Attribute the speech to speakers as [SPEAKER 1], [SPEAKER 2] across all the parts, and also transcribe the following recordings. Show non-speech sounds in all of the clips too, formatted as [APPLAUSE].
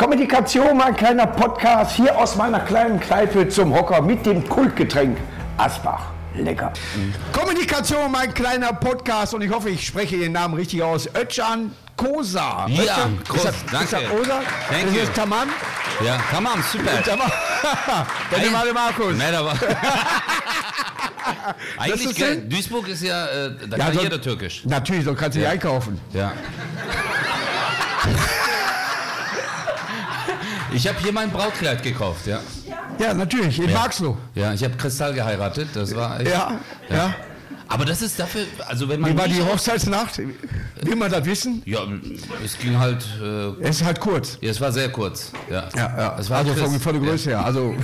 [SPEAKER 1] Kommunikation, mein kleiner Podcast hier aus meiner kleinen Kneipe zum Hocker mit dem Kultgetränk Asbach. Lecker.
[SPEAKER 2] Kommunikation, mein kleiner Podcast und ich hoffe, ich spreche den Namen richtig aus. Özcan Kosa.
[SPEAKER 3] Ja,
[SPEAKER 2] Özcan-
[SPEAKER 3] groß,
[SPEAKER 2] ist das, Ist
[SPEAKER 3] danke.
[SPEAKER 2] das Kosa?
[SPEAKER 3] Thank
[SPEAKER 2] das
[SPEAKER 3] you.
[SPEAKER 2] ist Taman.
[SPEAKER 3] Ja, come on, super. [LAUGHS]
[SPEAKER 2] Taman. Das ist
[SPEAKER 3] Nein.
[SPEAKER 2] mal der Markus.
[SPEAKER 3] Nein, aber
[SPEAKER 2] [LAUGHS]
[SPEAKER 3] Eigentlich,
[SPEAKER 2] ist
[SPEAKER 3] gell,
[SPEAKER 2] Sinn.
[SPEAKER 3] Duisburg ist ja, äh, da kann
[SPEAKER 2] so-
[SPEAKER 3] jeder Türkisch.
[SPEAKER 2] Natürlich, sonst kannst du nicht einkaufen.
[SPEAKER 3] Ja. Ich habe hier mein Brautkleid gekauft, ja.
[SPEAKER 2] Ja, natürlich, den magst du.
[SPEAKER 3] Ja, ich habe Kristall geheiratet, das war echt.
[SPEAKER 2] Ja, ja.
[SPEAKER 3] Aber das ist dafür, also wenn man.
[SPEAKER 2] Wie war
[SPEAKER 3] nicht-
[SPEAKER 2] die Hochzeitsnacht? Will man das wissen?
[SPEAKER 3] Ja, es ging halt, äh, ja,
[SPEAKER 2] Es ist halt kurz.
[SPEAKER 3] es war sehr kurz. Ja, Es war
[SPEAKER 2] also von,
[SPEAKER 3] Christ.
[SPEAKER 2] von der Größe her. Also,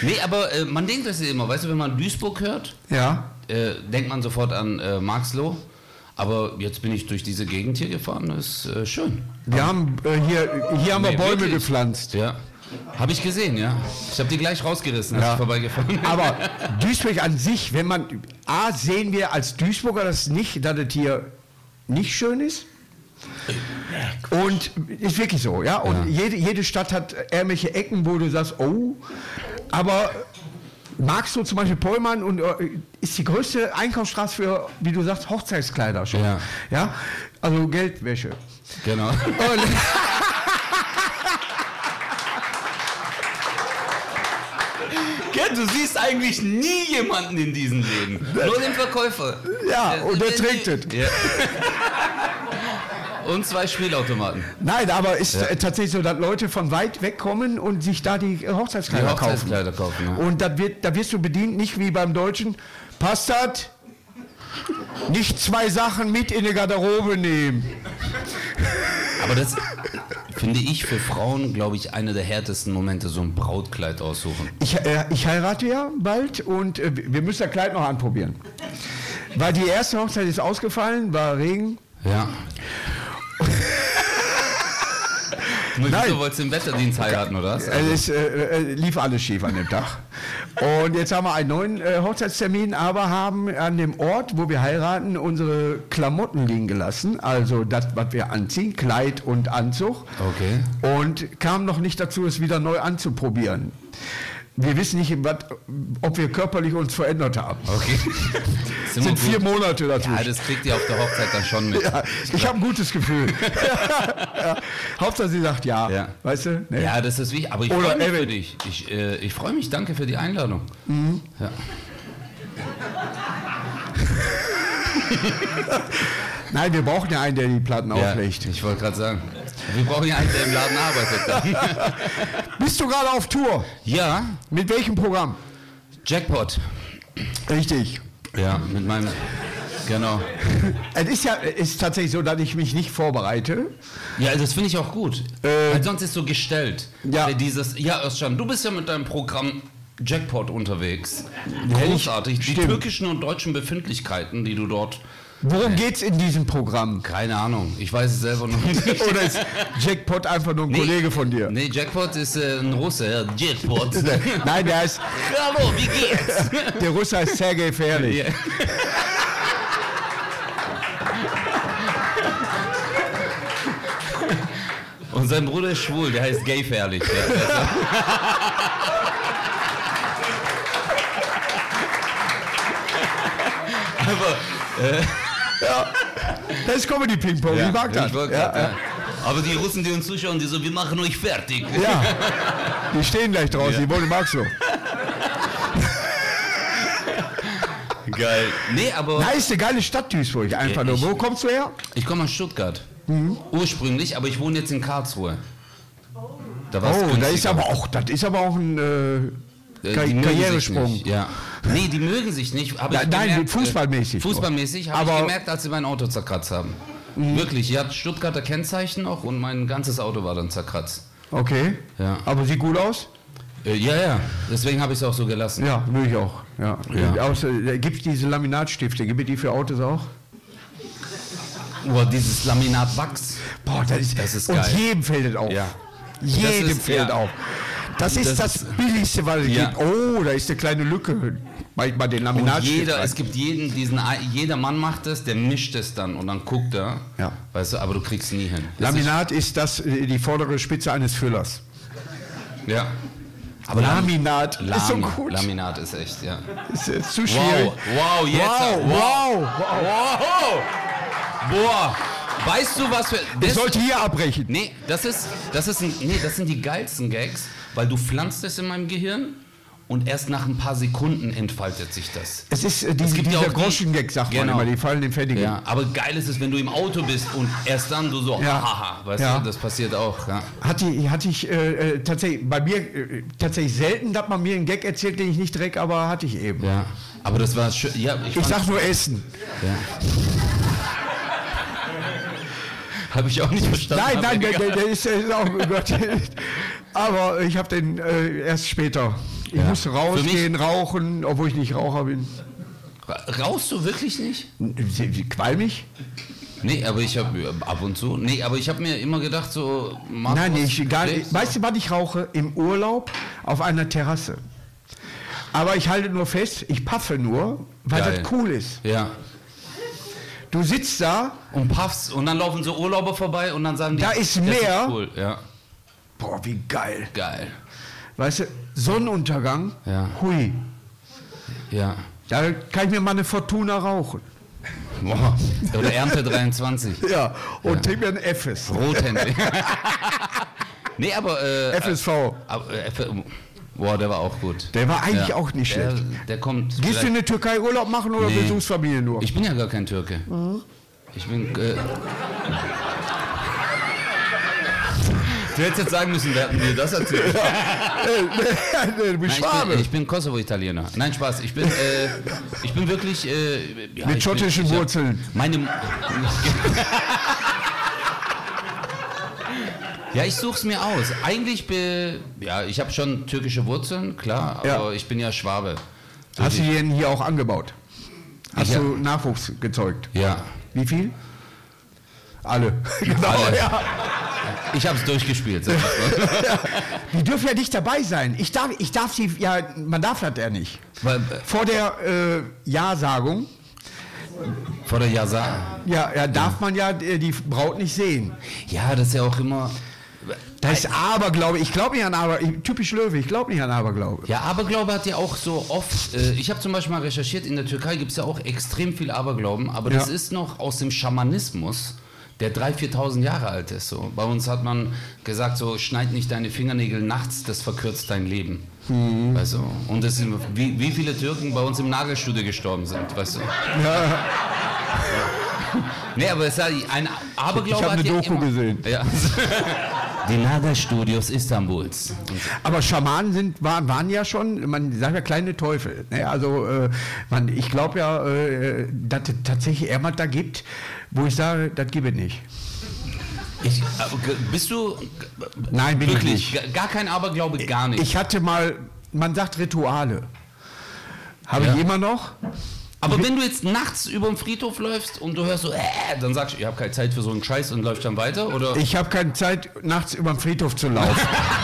[SPEAKER 3] Nee, aber äh, man denkt das ja immer, weißt du, wenn man Duisburg hört,
[SPEAKER 2] ja.
[SPEAKER 3] äh, denkt man sofort an äh, Marxloh. Aber jetzt bin ich durch diese Gegend hier gefahren, ist äh, schön.
[SPEAKER 2] Wir haben äh, hier, hier haben wir
[SPEAKER 3] Nee,
[SPEAKER 2] Bäume
[SPEAKER 3] wirklich?
[SPEAKER 2] gepflanzt.
[SPEAKER 3] Ja. Habe ich gesehen, ja. Ich habe die gleich rausgerissen, als
[SPEAKER 2] Ja.
[SPEAKER 3] ich vorbeigefahren bin.
[SPEAKER 2] [LAUGHS] Aber Duisburg an sich, wenn man. A, sehen wir als Duisburger das nicht, dass es hier nicht schön ist. Und ist wirklich so, ja. Und Jede, jede Stadt hat ärmliche Ecken, wo du sagst, oh. Aber magst du zum Beispiel Pollmann und äh, ist die größte Einkaufsstraße für, wie du sagst, Hochzeitskleider schon.
[SPEAKER 3] Ja.
[SPEAKER 2] ja? Also
[SPEAKER 3] [LAUGHS]
[SPEAKER 2] Geldwäsche.
[SPEAKER 3] Genau.
[SPEAKER 2] Und
[SPEAKER 3] Gell, du siehst eigentlich nie jemanden in diesen Läden. Nur den Verkäufer.
[SPEAKER 2] Ja, und der trinkt es.
[SPEAKER 3] Ja. Und zwei Spielautomaten.
[SPEAKER 2] Nein, aber ist äh, tatsächlich so, dass Leute von weit weg kommen und sich da die äh, Hochzeitskleider,
[SPEAKER 3] Die Hochzeitskleider kaufen,
[SPEAKER 2] kaufen.
[SPEAKER 3] ja.
[SPEAKER 2] Und das wird, da wirst du bedient, nicht wie beim Deutschen. Passt das? Nicht zwei Sachen mit in die Garderobe nehmen.
[SPEAKER 3] Aber das finde ich für Frauen, glaube ich, einer der härtesten Momente, so ein Brautkleid aussuchen.
[SPEAKER 2] Ich, äh, ich heirate ja bald und äh, wir müssen das Kleid noch anprobieren. Weil die erste Hochzeit ist ausgefallen, war Regen.
[SPEAKER 3] Ja.
[SPEAKER 2] Nein.
[SPEAKER 3] Du wolltest den Wetterdienst heiraten, oder? was?
[SPEAKER 2] Es ist, äh, äh, lief alles schief an dem Tag. Und jetzt haben wir einen neuen äh, Hochzeitstermin, aber haben an dem Ort, wo wir heiraten, unsere Klamotten liegen gelassen. Also das, was wir anziehen, Kleid und Anzug.
[SPEAKER 3] Okay.
[SPEAKER 2] Und kam noch nicht dazu, es wieder neu anzuprobieren. Wir wissen nicht, was, ob wir körperlich uns verändert haben.
[SPEAKER 3] Okay. Ist immer
[SPEAKER 2] Sind
[SPEAKER 3] gut.
[SPEAKER 2] vier Monate dazu.
[SPEAKER 3] Ja, das kriegt ihr auf der Hochzeit dann schon mit.
[SPEAKER 2] Ja, ich habe ein gutes
[SPEAKER 3] [LAUGHS]
[SPEAKER 2] Gefühl. ja. Hauptsache, sie sagt ja.
[SPEAKER 3] Ja.
[SPEAKER 2] Weißt du? Ne?
[SPEAKER 3] Ja, das ist wichtig. Aber ich
[SPEAKER 2] Oder
[SPEAKER 3] freue mich
[SPEAKER 2] Evel.
[SPEAKER 3] für dich. Ich, äh, ich freue mich. Danke für die Einladung.
[SPEAKER 2] Mhm.
[SPEAKER 3] Ja.
[SPEAKER 2] Nein, wir brauchen ja einen, der die Platten
[SPEAKER 3] Ja,
[SPEAKER 2] auflegt.
[SPEAKER 3] ich wollte gerade sagen. Wir brauchen ja einen, der im Laden
[SPEAKER 2] [LAUGHS]
[SPEAKER 3] arbeitet.
[SPEAKER 2] Bist du gerade auf Tour?
[SPEAKER 3] ja,
[SPEAKER 2] Mit welchem Programm?
[SPEAKER 3] Jackpot.
[SPEAKER 2] Richtig.
[SPEAKER 3] Ja, mit meinem. Genau.
[SPEAKER 2] Es ist ja ist tatsächlich so, dass ich mich nicht vorbereite.
[SPEAKER 3] Ja, das finde ich auch gut.
[SPEAKER 2] Äh,
[SPEAKER 3] Weil sonst ist so gestellt.
[SPEAKER 2] Ja.
[SPEAKER 3] Weil Dieses, ja, Özcan, du bist ja mit deinem Programm Jackpot unterwegs.
[SPEAKER 2] ich-
[SPEAKER 3] Großartig. Die
[SPEAKER 2] stimmt.
[SPEAKER 3] türkischen und deutschen Befindlichkeiten, die du dort.
[SPEAKER 2] Worum geht's in diesem
[SPEAKER 3] [LAUGHS]
[SPEAKER 2] Programm?
[SPEAKER 3] Keine Ahnung. Ich weiß es selber
[SPEAKER 2] [LAUGHS]
[SPEAKER 3] noch nicht.
[SPEAKER 2] Oder ist Jackpot einfach nur ein Kollege von dir?
[SPEAKER 3] Nee, Jackpot ist äh, ein Russe. Ja,
[SPEAKER 2] [LAUGHS]
[SPEAKER 3] Jackpot.
[SPEAKER 2] Nein, der heißt,
[SPEAKER 3] Hallo, wie geht's?
[SPEAKER 2] der Russe heißt Sergei Ferlich.
[SPEAKER 3] Ja. Und sein Bruder ist schwul, der heißt Gay Fährlich. Ja.
[SPEAKER 2] Das ist Comedy Ping Pong, ich mag das.
[SPEAKER 3] Ich wollte
[SPEAKER 2] ja,
[SPEAKER 3] grad, ja. Aber die Russen, die uns zuschauen, die so, wir machen euch fertig.
[SPEAKER 2] ja. ja. Die stehen gleich draußen,
[SPEAKER 3] Ja.
[SPEAKER 2] die wollen magst du.
[SPEAKER 3] Geil. Nee, aber
[SPEAKER 2] Da ist eine geile Stadt Duisburg, einfach
[SPEAKER 3] Ja,
[SPEAKER 2] nur.
[SPEAKER 3] ich-
[SPEAKER 2] Wo kommst du her?
[SPEAKER 3] ich komme aus Stuttgart.
[SPEAKER 2] Mhm.
[SPEAKER 3] Ursprünglich, aber ich wohne jetzt in Karlsruhe. Da war's
[SPEAKER 2] Oh, da
[SPEAKER 3] günstiger.
[SPEAKER 2] ist aber auch, das ist aber auch ein äh,
[SPEAKER 3] Äh,
[SPEAKER 2] Ka
[SPEAKER 3] die mögen sich
[SPEAKER 2] Karrieresprung.
[SPEAKER 3] nicht, Ja. Nee, die mögen sich nicht. Hab ich
[SPEAKER 2] Ja, nein,
[SPEAKER 3] gemerkt,
[SPEAKER 2] fußballmäßig.
[SPEAKER 3] äh, Fußballmäßig habe ich
[SPEAKER 2] Aber- Mhm.
[SPEAKER 3] gemerkt, als sie mein Auto zerkratzt haben. Wirklich, ihr habt Stuttgarter Kennzeichen auch und mein ganzes Auto war dann zerkratzt.
[SPEAKER 2] Okay.
[SPEAKER 3] Ja.
[SPEAKER 2] Aber sieht gut aus?
[SPEAKER 3] Äh, ja, ja. Deswegen habe ich es auch so gelassen.
[SPEAKER 2] Ja, will ich auch. Ja.
[SPEAKER 3] Ja.
[SPEAKER 2] Außer, äh, gibt's diese Laminatstifte, gibt es die für Autos auch?
[SPEAKER 3] Boah, dieses Laminatwachs.
[SPEAKER 2] Boah, das ist,
[SPEAKER 3] Das ist
[SPEAKER 2] und
[SPEAKER 3] geil.
[SPEAKER 2] jedem fällt es auf.
[SPEAKER 3] Ja.
[SPEAKER 2] Jedem
[SPEAKER 3] Das ist-
[SPEAKER 2] fällt
[SPEAKER 3] ja.
[SPEAKER 2] auf. Das ist das,
[SPEAKER 3] Das
[SPEAKER 2] Billigste, was es
[SPEAKER 3] Ja.
[SPEAKER 2] gibt. Oh, da ist eine kleine Lücke. Manchmal den
[SPEAKER 3] Und
[SPEAKER 2] Laminatstift.
[SPEAKER 3] jeder,
[SPEAKER 2] rein.
[SPEAKER 3] es gibt jeden, diesen, jeder Mann macht das, der mischt es dann und dann guckt er.
[SPEAKER 2] Ja.
[SPEAKER 3] Weißt du, aber du kriegst nie hin. Das
[SPEAKER 2] Laminat ist das, äh, die vordere Spitze eines Füllers.
[SPEAKER 3] Ist, ja.
[SPEAKER 2] Aber Laminat
[SPEAKER 3] Lami,
[SPEAKER 2] ist so gut.
[SPEAKER 3] Laminat ist echt, ja.
[SPEAKER 2] Ist, äh, zu schwierig.
[SPEAKER 3] Wow, wow, jetzt.
[SPEAKER 2] Wow, wow,
[SPEAKER 3] wow. Boah. Weißt du, was wir.
[SPEAKER 2] Ich
[SPEAKER 3] Das,
[SPEAKER 2] sollte hier abbrechen.
[SPEAKER 3] nee, das ist, das ist, ein- nee, das sind die geilsten Gags, weil du pflanzt es in meinem Gehirn und erst nach ein paar Sekunden entfaltet sich das.
[SPEAKER 2] Es ist äh, die,
[SPEAKER 3] gibt ja
[SPEAKER 2] dieser
[SPEAKER 3] auch die-
[SPEAKER 2] Groschen-Gag, sagt
[SPEAKER 3] Genau.
[SPEAKER 2] man immer, die fallen den Fettigen.
[SPEAKER 3] Ja, aber geil ist es, wenn du im Auto bist und erst dann du so,
[SPEAKER 2] Ja.
[SPEAKER 3] hahaha, weißt
[SPEAKER 2] Ja.
[SPEAKER 3] du, das passiert auch. Ja.
[SPEAKER 2] Hatte, hatte ich äh, äh, tatsächlich, bei mir äh, tatsächlich selten, dass man mir einen Gag erzählt, den ich nicht direkt, aber hatte ich eben.
[SPEAKER 3] ja. Aber das war schön. Ja, ich,
[SPEAKER 2] Ich
[SPEAKER 3] fand-
[SPEAKER 2] sag nur Essen.
[SPEAKER 3] Ja. Habe ich auch nicht verstanden.
[SPEAKER 2] Nein,
[SPEAKER 3] aber
[SPEAKER 2] nein, der,
[SPEAKER 3] egal.
[SPEAKER 2] der, der ist, der ist auch
[SPEAKER 3] [LAUGHS]
[SPEAKER 2] gehört. Aber ich habe den äh, erst später. Ich
[SPEAKER 3] Ja.
[SPEAKER 2] musste rausgehen, rauchen, obwohl ich nicht Raucher bin.
[SPEAKER 3] Ra- Rauchst du wirklich nicht?
[SPEAKER 2] Qualmig?
[SPEAKER 3] Nee, aber ich habe ab und zu. Nee, aber ich habe mir immer gedacht, so. Markus,
[SPEAKER 2] Nein, nee, ich gar
[SPEAKER 3] lebst
[SPEAKER 2] nicht.
[SPEAKER 3] du?
[SPEAKER 2] Weißt du, wann ich rauche? Im Urlaub auf einer Terrasse. Aber ich halte nur fest, ich paffe nur, weil
[SPEAKER 3] Geil.
[SPEAKER 2] das cool ist.
[SPEAKER 3] Ja.
[SPEAKER 2] Du sitzt da,
[SPEAKER 3] Und puffst und dann laufen so Urlauber vorbei und dann sagen die.
[SPEAKER 2] Da ist
[SPEAKER 3] das
[SPEAKER 2] mehr.
[SPEAKER 3] cool. Ja,
[SPEAKER 2] boah, wie geil.
[SPEAKER 3] geil.
[SPEAKER 2] Weißt du, Sonnenuntergang,
[SPEAKER 3] Ja.
[SPEAKER 2] hui,
[SPEAKER 3] Ja.
[SPEAKER 2] da kann ich mir mal eine Fortuna rauchen.
[SPEAKER 3] Boah. Oder Ernte 23.
[SPEAKER 2] Ja, und trink mir ein FS.
[SPEAKER 3] Rothändler. [LAUGHS] nee, aber. Äh,
[SPEAKER 2] FSV.
[SPEAKER 3] aber äh, F- boah, der war auch gut.
[SPEAKER 2] Der war eigentlich auch nicht
[SPEAKER 3] der,
[SPEAKER 2] schlecht.
[SPEAKER 3] Der kommt.
[SPEAKER 2] Gehst du
[SPEAKER 3] vielleicht-
[SPEAKER 2] in die Türkei Urlaub machen oder
[SPEAKER 3] Nee.
[SPEAKER 2] besuchst Familie nur? [LAUGHS]
[SPEAKER 3] Ich bin ja gar kein Türke. Ich bin. Äh, du hättest jetzt sagen müssen, wir hatten dir das erzählt.
[SPEAKER 2] Äh, du bist
[SPEAKER 3] Nein, ich, bin, ich bin Kosovo-Italiener. Nein, Spaß. Ich bin, äh, ich bin wirklich. Äh, ja,
[SPEAKER 2] Mit
[SPEAKER 3] ich
[SPEAKER 2] schottischen
[SPEAKER 3] bin, ich hab-
[SPEAKER 2] Wurzeln.
[SPEAKER 3] Meine. Ja, ich such's mir aus. Eigentlich, be, ja, ich habe schon türkische Wurzeln, klar, aber
[SPEAKER 2] Ja.
[SPEAKER 3] ich bin ja Schwabe.
[SPEAKER 2] Hast du den hier auch angebaut? Hast
[SPEAKER 3] Ich-
[SPEAKER 2] du Nachwuchs gezeugt?
[SPEAKER 3] Ja,
[SPEAKER 2] Wie viel? Alle.
[SPEAKER 3] [LAUGHS]
[SPEAKER 2] genau,
[SPEAKER 3] Alle.
[SPEAKER 2] ja.
[SPEAKER 3] ich habe es
[SPEAKER 2] [LAUGHS]
[SPEAKER 3] durchgespielt. sag ich mal.
[SPEAKER 2] Die dürfen ja nicht dabei sein. Ich darf, ich darf sie, ja, man darf das ja nicht.
[SPEAKER 3] Weil,
[SPEAKER 2] Vor der äh, Ja-Sagung,
[SPEAKER 3] äh, Vor der Jasa.
[SPEAKER 2] ja, ja, darf man ja äh, die Braut nicht sehen.
[SPEAKER 3] Ja, das ist ja auch immer.
[SPEAKER 2] Das ist Aberglaube. Ich glaube nicht an Aberglaube. Typisch Löwe, ich glaube nicht an Aberglaube.
[SPEAKER 3] Ja, Aberglaube hat ja auch so oft. Äh, ich habe zum Beispiel mal recherchiert, in der Türkei gibt es ja auch extrem viel Aberglauben, aber das
[SPEAKER 2] Ja.
[SPEAKER 3] ist noch aus dem Schamanismus, der 3.000, 4.000 Jahre alt ist. So. Bei uns hat man gesagt, so schneid nicht deine Fingernägel nachts, das verkürzt dein Leben.
[SPEAKER 2] Mhm.
[SPEAKER 3] Weißt du? Und das sind, wie, wie viele Türken bei uns im Nagelstudio gestorben sind, weißt du? [LAUGHS] Nee, aber es ist halt ein Aberglaube.
[SPEAKER 2] Ich hab
[SPEAKER 3] hat
[SPEAKER 2] eine
[SPEAKER 3] ja
[SPEAKER 2] Doku
[SPEAKER 3] immer,
[SPEAKER 2] gesehen.
[SPEAKER 3] Ja. [LAUGHS] Die Nagelstudios Istanbuls.
[SPEAKER 2] Aber Schamanen sind, waren, waren ja schon, man sagt ja kleine Teufel. Ne? Also äh, man, ich glaube ja, äh, dass es tatsächlich irgendwas da gibt, wo ich sage, das gibt es nicht.
[SPEAKER 3] Ich, aber g- bist du g-
[SPEAKER 2] Nein, bin ich
[SPEAKER 3] wirklich Ga- gar kein Aberglaube, gar nicht.
[SPEAKER 2] Ich hatte mal, man sagt Rituale. Habe
[SPEAKER 3] Ja.
[SPEAKER 2] ich immer noch?
[SPEAKER 3] aber wenn du jetzt nachts über den Friedhof läufst und du hörst so, äh, dann sagst du, ich habe keine Zeit für so einen Scheiß und läufst dann weiter, oder?
[SPEAKER 2] Ich habe keine Zeit, nachts über den Friedhof zu laufen.
[SPEAKER 3] [LAUGHS]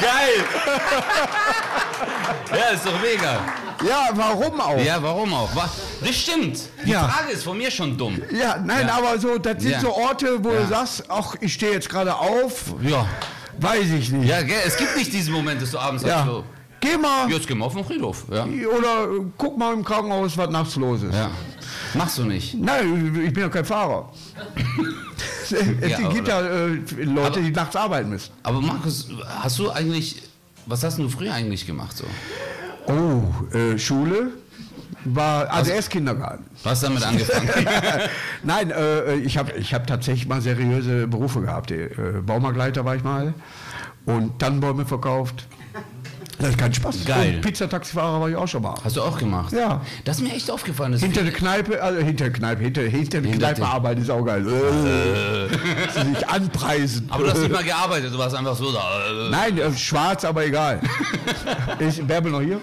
[SPEAKER 3] Geil! [LAUGHS] ja, ist doch mega.
[SPEAKER 2] ja, warum auch? Ja,
[SPEAKER 3] Ja, warum auch? Was? Das stimmt. Die
[SPEAKER 2] Ja.
[SPEAKER 3] Frage ist von mir schon dumm.
[SPEAKER 2] nein,
[SPEAKER 3] Ja.
[SPEAKER 2] aber so, das sind
[SPEAKER 3] Ja.
[SPEAKER 2] so Orte, wo
[SPEAKER 3] Ja.
[SPEAKER 2] du sagst, ach, ich stehe jetzt gerade auf,
[SPEAKER 3] Ja.
[SPEAKER 2] weiß ich nicht.
[SPEAKER 3] Ja, gell, es gibt nicht diesen Moment, dass du abends sagst
[SPEAKER 2] Ja.
[SPEAKER 3] so,
[SPEAKER 2] Geh mal
[SPEAKER 3] jetzt gehen wir auf den Friedhof. Ja.
[SPEAKER 2] oder äh, guck mal im Krankenhaus, was nachts los ist.
[SPEAKER 3] ja. Machst du nicht.
[SPEAKER 2] Nein, ich bin ja kein [LAUGHS] Fahrer. es
[SPEAKER 3] Ja,
[SPEAKER 2] gibt ja äh, Leute, die nachts arbeiten müssen.
[SPEAKER 3] Aber Markus, hast du eigentlich, was hast denn du früher eigentlich gemacht so?
[SPEAKER 2] Oh, äh, Schule war, also erst Kindergarten. [LAUGHS]
[SPEAKER 3] Was damit angefangen?
[SPEAKER 2] Nein, äh, ich habe ich hab tatsächlich mal seriöse Berufe gehabt. Äh, Baumagleiter war ich mal und Tannenbäume verkauft. Das ist kein Spaß.
[SPEAKER 3] Geil.
[SPEAKER 2] Und Pizzataxifahrer war ich auch schon mal.
[SPEAKER 3] Hast du auch gemacht?
[SPEAKER 2] Ja.
[SPEAKER 3] Das ist mir echt aufgefallen. Dass
[SPEAKER 2] Hinter der Kneipe, also hinter der Kneipe, hinter, hinter der
[SPEAKER 3] Hinter
[SPEAKER 2] Kneipe
[SPEAKER 3] der-
[SPEAKER 2] arbeiten ist auch geil. Äh, [LAUGHS] Sie sich anpreisen.
[SPEAKER 3] aber du hast nicht mal gearbeitet, du warst einfach so da.
[SPEAKER 2] Nein, äh, schwarz, aber egal. Ist Bärbel noch
[SPEAKER 3] [LAUGHS]
[SPEAKER 2] hier?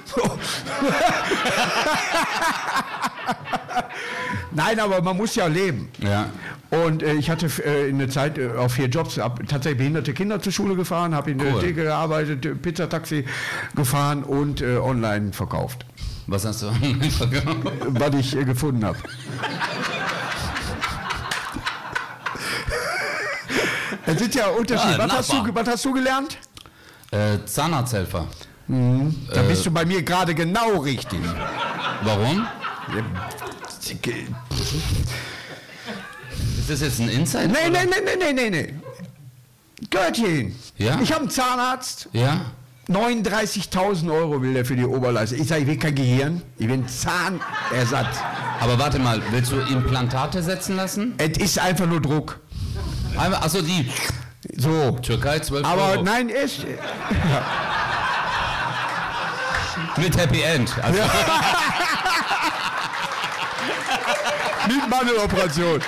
[SPEAKER 2] Nein, aber man muss ja leben.
[SPEAKER 3] Ja.
[SPEAKER 2] Und äh, ich hatte äh, eine Zeit äh, auf vier Jobs, hab tatsächlich behinderte Kinder zur Schule gefahren, habe in der
[SPEAKER 3] Cool.
[SPEAKER 2] Theke gearbeitet, äh, Pizzataxi gefahren und äh, online verkauft,
[SPEAKER 3] Was hast du online verkauft?
[SPEAKER 2] was ich äh, gefunden habe. Es sind ja Unterschiede.
[SPEAKER 3] Ja,
[SPEAKER 2] was, hast du,
[SPEAKER 3] Nachbar.
[SPEAKER 2] ge- was hast du gelernt?
[SPEAKER 3] [LAUGHS] Äh, Zahnarzthelfer.
[SPEAKER 2] Da bist du bei mir gerade genau richtig.
[SPEAKER 3] Warum? Ist das jetzt ein Insight?
[SPEAKER 2] Nee, nee, nee, nee, nee, nee, nee. Gehört hierhin.
[SPEAKER 3] Ja?
[SPEAKER 2] Ich habe einen Zahnarzt.
[SPEAKER 3] Ja?
[SPEAKER 2] 39.000 Euro will der für die Oberleiste. Ich sage, ich will kein Gehirn, ich will einen Zahnersatz.
[SPEAKER 3] Aber warte mal, willst du Implantate setzen lassen?
[SPEAKER 2] Es ist einfach nur Druck.
[SPEAKER 3] Einmal, achso, die
[SPEAKER 2] So.
[SPEAKER 3] Türkei 12
[SPEAKER 2] Aber
[SPEAKER 3] Euro.
[SPEAKER 2] nein, ist.
[SPEAKER 3] Mit Happy End. Also,
[SPEAKER 2] Nicht Mandeloperation.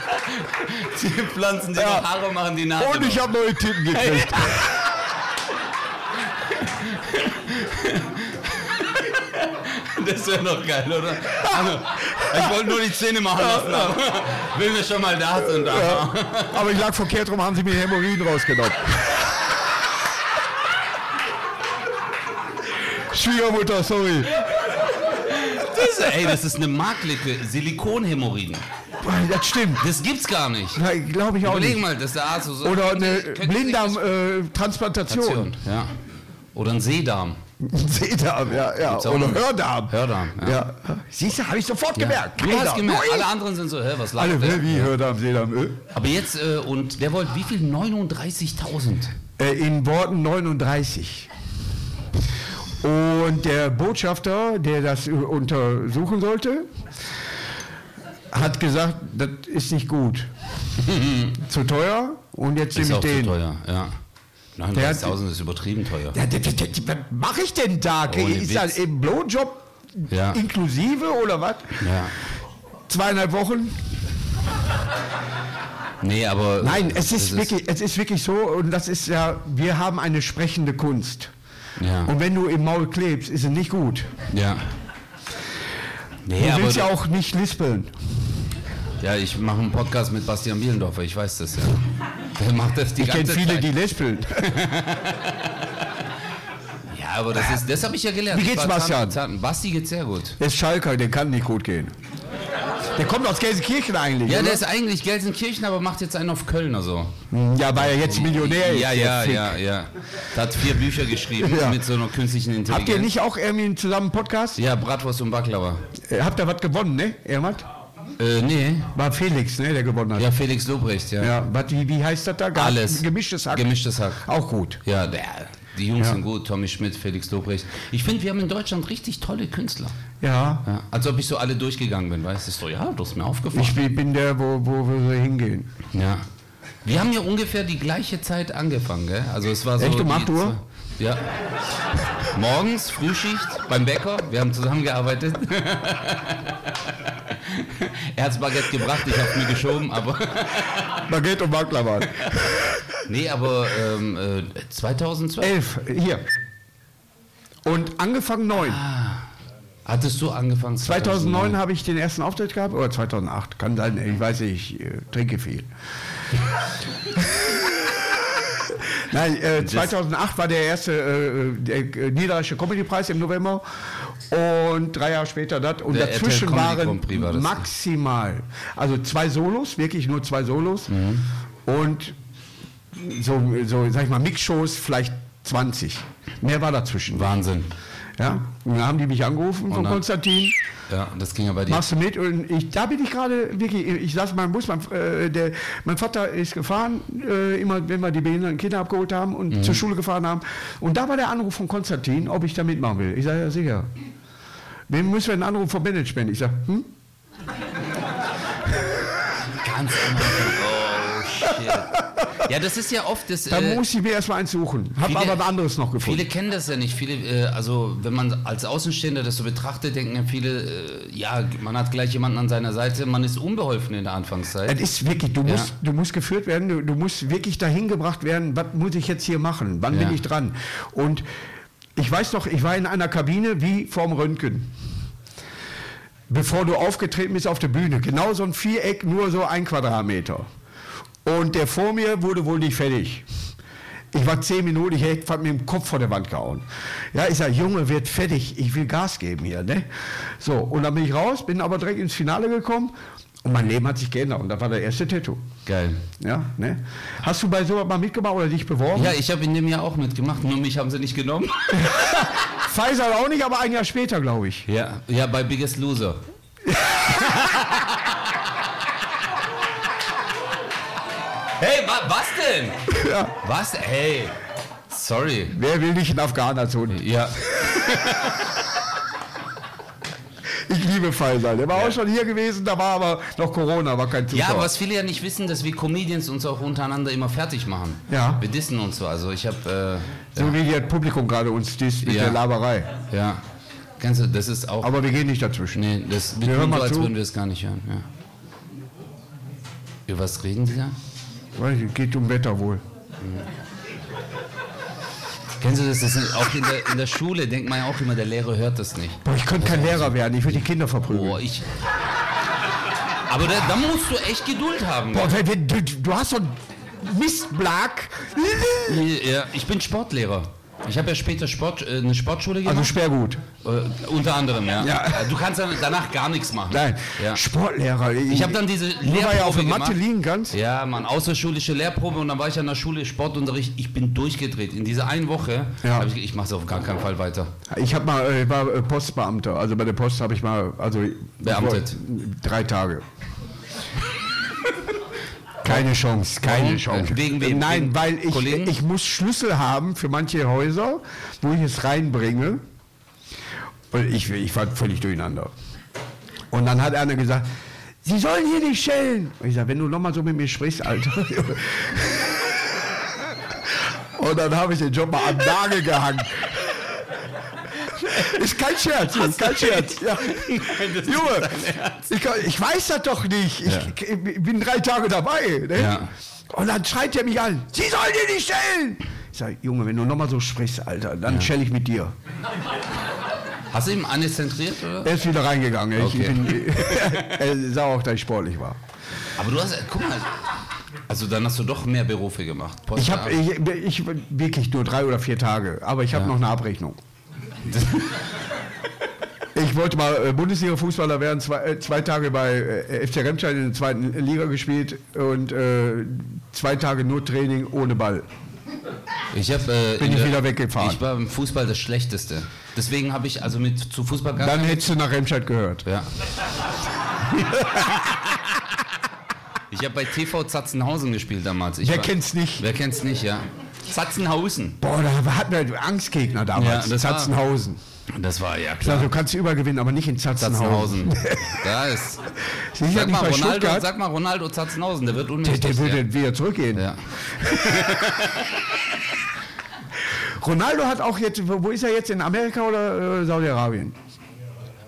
[SPEAKER 3] [LAUGHS] Die pflanzen die
[SPEAKER 2] Ja.
[SPEAKER 3] Haare, machen die Nase.
[SPEAKER 2] Und ich habe neue Tippen
[SPEAKER 3] [LAUGHS]
[SPEAKER 2] gekriegt.
[SPEAKER 3] Das wäre doch geil, oder? Also, ich wollte nur die Zähne machen lassen. aber [LAUGHS] Wenn wir schon mal da sind. aber-
[SPEAKER 2] Äh, Aber ich lag verkehrt rum, haben sie mir Hämorrhoiden
[SPEAKER 3] [LAUGHS]
[SPEAKER 2] rausgenommen. Schwiegermutter, sorry.
[SPEAKER 3] Das, ey, das ist eine Marktlücke. Silikonhämorrhoiden.
[SPEAKER 2] Das stimmt.
[SPEAKER 3] Das gibt's gar nicht.
[SPEAKER 2] Glaube ich auch
[SPEAKER 3] Überleg
[SPEAKER 2] nicht.
[SPEAKER 3] mal, dass der Arzt so sagt.
[SPEAKER 2] Oder eine äh,
[SPEAKER 3] Können Sie nicht
[SPEAKER 2] [LAUGHS]
[SPEAKER 3] das-
[SPEAKER 2] Blinddarm-Transplantation.
[SPEAKER 3] Ja. Oder ein Seedarm.
[SPEAKER 2] Sehdarm, ja, ja.
[SPEAKER 3] Gibt's auch
[SPEAKER 2] Oder
[SPEAKER 3] noch.
[SPEAKER 2] Hördarm.
[SPEAKER 3] Hördarm, ja.
[SPEAKER 2] Ja. Siehst du, habe ich sofort gemerkt.
[SPEAKER 3] Du hast
[SPEAKER 2] Keiner.
[SPEAKER 3] gemerkt,
[SPEAKER 2] Ui.
[SPEAKER 3] alle anderen sind so, hä, was
[SPEAKER 2] Alle,
[SPEAKER 3] labert der?
[SPEAKER 2] wie Hördarm, Sehdarm. äh.
[SPEAKER 3] Aber jetzt, äh, und der wollte wie viel? 39.000.
[SPEAKER 2] Äh, in Worten 39. Und der Botschafter, der das äh, untersuchen sollte, hat gesagt, das ist nicht
[SPEAKER 3] [LAUGHS]
[SPEAKER 2] gut. zu teuer. Und jetzt
[SPEAKER 3] Ist
[SPEAKER 2] nehme
[SPEAKER 3] auch
[SPEAKER 2] ich
[SPEAKER 3] zu
[SPEAKER 2] den.
[SPEAKER 3] teuer, ja.
[SPEAKER 2] Der hat-
[SPEAKER 3] 39.000 ist übertrieben teuer.
[SPEAKER 2] Ja, d- d- d- was mache ich denn da?
[SPEAKER 3] Ohne
[SPEAKER 2] ist das
[SPEAKER 3] Witz.
[SPEAKER 2] im Blowjob
[SPEAKER 3] Ja.
[SPEAKER 2] inklusive oder was?
[SPEAKER 3] Ja.
[SPEAKER 2] Zweieinhalb Wochen?
[SPEAKER 3] Nee, aber. äh,
[SPEAKER 2] Nein, es
[SPEAKER 3] das
[SPEAKER 2] ist, wirklich, es ist wirklich so und das ist ja, wir haben eine sprechende Kunst.
[SPEAKER 3] Ja.
[SPEAKER 2] Und wenn du im Maul klebst, ist es nicht gut.
[SPEAKER 3] ja.
[SPEAKER 2] Du
[SPEAKER 3] Nee, aber.
[SPEAKER 2] willst ja auch nicht lispeln.
[SPEAKER 3] ja, ich mache einen Podcast mit Bastian Bielendorfer, ich
[SPEAKER 2] [LAUGHS]
[SPEAKER 3] weiß das ja. Der macht das die
[SPEAKER 2] Ich kenne
[SPEAKER 3] ganze
[SPEAKER 2] viele,
[SPEAKER 3] Zeit.
[SPEAKER 2] die lispeln.
[SPEAKER 3] Ja, aber das ist. Das habe ich ja gelernt.
[SPEAKER 2] Wie
[SPEAKER 3] Ich
[SPEAKER 2] geht's,
[SPEAKER 3] war
[SPEAKER 2] Bastian?
[SPEAKER 3] Zahn- Basti geht's sehr gut.
[SPEAKER 2] Der ist Schalker, der kann nicht gut gehen. Der kommt aus Gelsenkirchen eigentlich.
[SPEAKER 3] Ja,
[SPEAKER 2] oder?
[SPEAKER 3] der ist eigentlich Gelsenkirchen, aber macht jetzt einen auf Kölner so.
[SPEAKER 2] ja weil er jetzt Millionär ist.
[SPEAKER 3] Ja,
[SPEAKER 2] der
[SPEAKER 3] ja,
[SPEAKER 2] Fick.
[SPEAKER 3] ja, ja. Da hat vier Bücher geschrieben
[SPEAKER 2] Ja.
[SPEAKER 3] mit so einer künstlichen Intelligenz.
[SPEAKER 2] Habt ihr nicht auch irgendwie zusammen einen Podcast?
[SPEAKER 3] Ja, Bratwurst und Baklava.
[SPEAKER 2] Äh, Habt ihr was gewonnen, ne? Ermat?
[SPEAKER 3] Äh, nee.
[SPEAKER 2] War Felix, ne, der gewonnen hat.
[SPEAKER 3] Ja, Felix Lobrecht, ja.
[SPEAKER 2] Ja, wat, wie, wie heißt das da? Ge-
[SPEAKER 3] Alles.
[SPEAKER 2] Gemischtes Hack.
[SPEAKER 3] Gemischtes Hack.
[SPEAKER 2] auch gut.
[SPEAKER 3] Ja, der, die Jungs
[SPEAKER 2] Ja.
[SPEAKER 3] sind gut. Tommy Schmidt, Felix Lobrecht. Ich finde, wir haben in Deutschland richtig tolle Künstler.
[SPEAKER 2] Ja.
[SPEAKER 3] Ja, als ob ich so alle durchgegangen bin, weißt du? So, ja, das ist mir aufgefallen.
[SPEAKER 2] Ich bin bin der, wo, wo wir so hingehen.
[SPEAKER 3] ja. Wir haben ja ungefähr die gleiche Zeit angefangen, gell? Also es war so.
[SPEAKER 2] Echt, um
[SPEAKER 3] die
[SPEAKER 2] 8 Uhr?
[SPEAKER 3] Zeit- Ja. Morgens, Frühschicht, beim Bäcker. Wir haben zusammengearbeitet. [LAUGHS] er hat's Baguette gebracht, ich hab's mir geschoben, aber. [LAUGHS]
[SPEAKER 2] Baguette und Baklava.
[SPEAKER 3] Nee, aber ähm, äh, 2012
[SPEAKER 2] Elf, hier. Und angefangen neun.
[SPEAKER 3] hattest du angefangen.
[SPEAKER 2] 2009 habe ich den ersten Auftritt gehabt, oder 2008, kann sein, ich weiß nicht, ich äh, trinke viel. Nein, äh, 2008 war der erste äh, der, äh, Niederländische Comedy-Preis im November und drei Jahre später das. Und
[SPEAKER 3] Der
[SPEAKER 2] dazwischen
[SPEAKER 3] RTL Comedy
[SPEAKER 2] waren
[SPEAKER 3] Grand Prix war das. ne?
[SPEAKER 2] maximal, also zwei Solos, wirklich nur zwei Solos
[SPEAKER 3] Mhm.
[SPEAKER 2] und so, so, sag ich mal, Mixshows vielleicht 20. Mehr war dazwischen.
[SPEAKER 3] Wahnsinn.
[SPEAKER 2] Ja, und dann haben die mich angerufen von
[SPEAKER 3] dann-
[SPEAKER 2] Konstantin.
[SPEAKER 3] Ja, das ging ja bei dir.
[SPEAKER 2] Machst du mit? Und ich, da bin ich gerade wirklich, ich saß in meinem Bus, mein, äh, der, mein Vater ist gefahren, äh, immer wenn wir die behinderten Kinder abgeholt haben
[SPEAKER 3] Mhm.
[SPEAKER 2] und zur Schule gefahren haben. Und da war der Anruf von Konstantin, ob ich da mitmachen will. Ich sage, ja sicher. Wem müssen wir einen Anruf vom Management? Ich sage, hm?
[SPEAKER 3] Ganz am Anfang. Oh, shit. Ja, das ist ja oft das.
[SPEAKER 2] da
[SPEAKER 3] Äh,
[SPEAKER 2] muss ich mir erstmal eins suchen. Hab
[SPEAKER 3] viele-
[SPEAKER 2] aber was anderes noch gefunden.
[SPEAKER 3] viele kennen das ja nicht. Viele, äh, also wenn man als Außenstehender das so betrachtet, denken ja viele, äh, ja, man hat gleich jemanden an seiner Seite, man ist unbeholfen in der Anfangszeit.
[SPEAKER 2] Es ist wirklich, du, musst, du musst geführt werden, du, du musst wirklich dahin gebracht werden, was muss ich jetzt hier machen, wann
[SPEAKER 3] Ja.
[SPEAKER 2] bin ich dran? Und ich weiß noch, ich war in einer Kabine wie vorm Röntgen. bevor du aufgetreten bist auf der Bühne. Genau so ein Viereck, nur so ein Quadratmeter. Und der vor mir wurde wohl nicht fertig. Ich war zehn Minuten, ich hätte fast mit dem Kopf vor der Wand gehauen. Ja, ich sage, Junge, wird fertig, ich will Gas geben hier. Ne? So, und dann bin ich raus, bin aber direkt ins Finale gekommen und mein Leben hat sich geändert. Und das war der erste Tattoo.
[SPEAKER 3] Geil.
[SPEAKER 2] Ja, ne? Hast du bei sowas mal mitgemacht oder dich beworben?
[SPEAKER 3] Ja, ich habe in dem Jahr auch mitgemacht, nur mich haben sie nicht genommen.
[SPEAKER 2] Pfizer auch nicht, aber ein Jahr später, glaube ich.
[SPEAKER 3] [LAUGHS] Ja, ja bei Biggest Loser. hey, wa was denn? Was? Hey, sorry.
[SPEAKER 2] Wer will nicht in Afghaner tun?
[SPEAKER 3] Ja,
[SPEAKER 2] Ich liebe Pfizer. Der war auch schon hier gewesen, da war aber noch Corona, war kein Zuschauer.
[SPEAKER 3] ja, was viele ja nicht wissen, dass wir Comedians uns auch untereinander immer fertig machen.
[SPEAKER 2] Ja.
[SPEAKER 3] Wir dissen uns so. Also ich habe,
[SPEAKER 2] So wie hier das Publikum gerade uns dies mit
[SPEAKER 3] Ja.
[SPEAKER 2] der Laberei.
[SPEAKER 3] äh, ja, kennst du, das ist auch.
[SPEAKER 2] Aber wir gehen nicht dazwischen.
[SPEAKER 3] nee, das wir
[SPEAKER 2] Wir hören
[SPEAKER 3] tun so,
[SPEAKER 2] mal
[SPEAKER 3] als
[SPEAKER 2] zu.
[SPEAKER 3] würden wir es gar nicht hören. Ja. Über was reden Sie da?
[SPEAKER 2] Weiß ich, Geht um Wetter wohl.
[SPEAKER 3] Kennst du das? das ist auch in der, in der Schule denkt man ja auch immer, der Lehrer hört das nicht.
[SPEAKER 2] Boah, ich könnte kein Lehrer werden, ich würde die Kinder verprügeln.
[SPEAKER 3] Boah, ich. Aber da, da musst du echt Geduld haben.
[SPEAKER 2] Boah, wenn, wenn, du, du hast so einen Mistblag.
[SPEAKER 3] Ja, ich bin Sportlehrer. Ich habe ja später Sport, äh, eine Sportschule
[SPEAKER 2] Also
[SPEAKER 3] gemacht.
[SPEAKER 2] Sperrgut.
[SPEAKER 3] äh, unter anderem, ja.
[SPEAKER 2] Ja.
[SPEAKER 3] Du kannst dann danach gar nichts machen.
[SPEAKER 2] Nein,
[SPEAKER 3] Ja.
[SPEAKER 2] Sportlehrer.
[SPEAKER 3] Ich habe dann diese
[SPEAKER 2] Nur weil er auf
[SPEAKER 3] Lehrprobe
[SPEAKER 2] der Matte
[SPEAKER 3] gemacht.
[SPEAKER 2] liegen kannst.
[SPEAKER 3] Ja, Mann, außerschulische Lehrprobe und dann war ich an der Schule Sportunterricht. Ich bin durchgedreht. In dieser einen Woche
[SPEAKER 2] Ja.
[SPEAKER 3] habe ich, ich mache es auf gar keinen Fall weiter.
[SPEAKER 2] Ich habe mal, äh, war äh, Postbeamter. Also bei der Post habe ich mal, also
[SPEAKER 3] Beamtet.
[SPEAKER 2] drei Tage. Keine Chance, keine
[SPEAKER 3] Warum?
[SPEAKER 2] Chance.
[SPEAKER 3] Wegen wem?
[SPEAKER 2] Nein,
[SPEAKER 3] Wegen
[SPEAKER 2] weil ich,
[SPEAKER 3] Kollegen?
[SPEAKER 2] ich muss Schlüssel haben für manche Häuser, wo ich es reinbringe. Und ich, ich war völlig durcheinander. Und dann hat einer gesagt, Sie sollen hier nicht schellen. Und ich sage, wenn du nochmal so mit mir sprichst, Alter. Und dann habe ich den Job mal am Nagel gehangen. Ist kein Scherz, ist kein Scherz. Ja.
[SPEAKER 3] das ist
[SPEAKER 2] Junge, ich, kann- ich weiß das doch nicht. Ich, ich bin drei Tage dabei. Ne?
[SPEAKER 3] Ja.
[SPEAKER 2] Und dann schreit er mich an, Sie sollen dir nicht stellen. Ich sage, Junge, wenn du nochmal so sprichst, Alter, dann schelle ich mit dir.
[SPEAKER 3] Hast du ihm eine zentriert, oder?
[SPEAKER 2] Er ist wieder reingegangen. Ich,
[SPEAKER 3] Okay.
[SPEAKER 2] ich bin, [LAUGHS] er sah auch, dass ich sportlich war.
[SPEAKER 3] Aber du hast, äh, guck mal, also dann hast du doch mehr Berufe gemacht. Post-
[SPEAKER 2] Ich eh- habe ich, ich, wirklich nur drei oder vier Tage, aber ich habe noch eine Abrechnung. [LAUGHS] Ich wollte mal äh, Bundesliga-Fußballer werden, zwei, äh, zwei Tage bei äh, FC Remscheid in der zweiten Liga gespielt und äh, zwei Tage nur Training ohne Ball.
[SPEAKER 3] Ich hab, äh,
[SPEAKER 2] Bin
[SPEAKER 3] in
[SPEAKER 2] ich
[SPEAKER 3] der-
[SPEAKER 2] wieder weggefahren.
[SPEAKER 3] Ich war im Fußball das Schlechteste. Deswegen habe ich also mit zu Fußball gar
[SPEAKER 2] Dann hättest du nach Remscheid gehört.
[SPEAKER 3] Ja. ich habe bei TV Zatzenhausen gespielt damals. Ich
[SPEAKER 2] Wer
[SPEAKER 3] war-
[SPEAKER 2] kennt's nicht?
[SPEAKER 3] Wer kennt's nicht, ja. Zatzenhausen.
[SPEAKER 2] Boah, da hatten wir Angstgegner damals.
[SPEAKER 3] Ja, das war-
[SPEAKER 2] Zatzenhausen.
[SPEAKER 3] Das war ja
[SPEAKER 2] Ich sag,
[SPEAKER 3] klar.
[SPEAKER 2] du kannst übergewinnen, aber nicht in Zatzenhausen.
[SPEAKER 3] Zatzenhausen. [LAUGHS] Da ist.
[SPEAKER 2] Sie sind ja
[SPEAKER 3] Sag
[SPEAKER 2] nicht
[SPEAKER 3] mal,
[SPEAKER 2] bei
[SPEAKER 3] Ronaldo,
[SPEAKER 2] Stuttgart.
[SPEAKER 3] sag mal Ronaldo Zatzenhausen, der wird
[SPEAKER 2] der,
[SPEAKER 3] unmächtig.
[SPEAKER 2] der würde wieder zurückgehen.
[SPEAKER 3] ja. ja.
[SPEAKER 2] [LAUGHS] Ronaldo hat auch jetzt, wo wo ist er jetzt? In Amerika oder äh, Saudi-Arabien?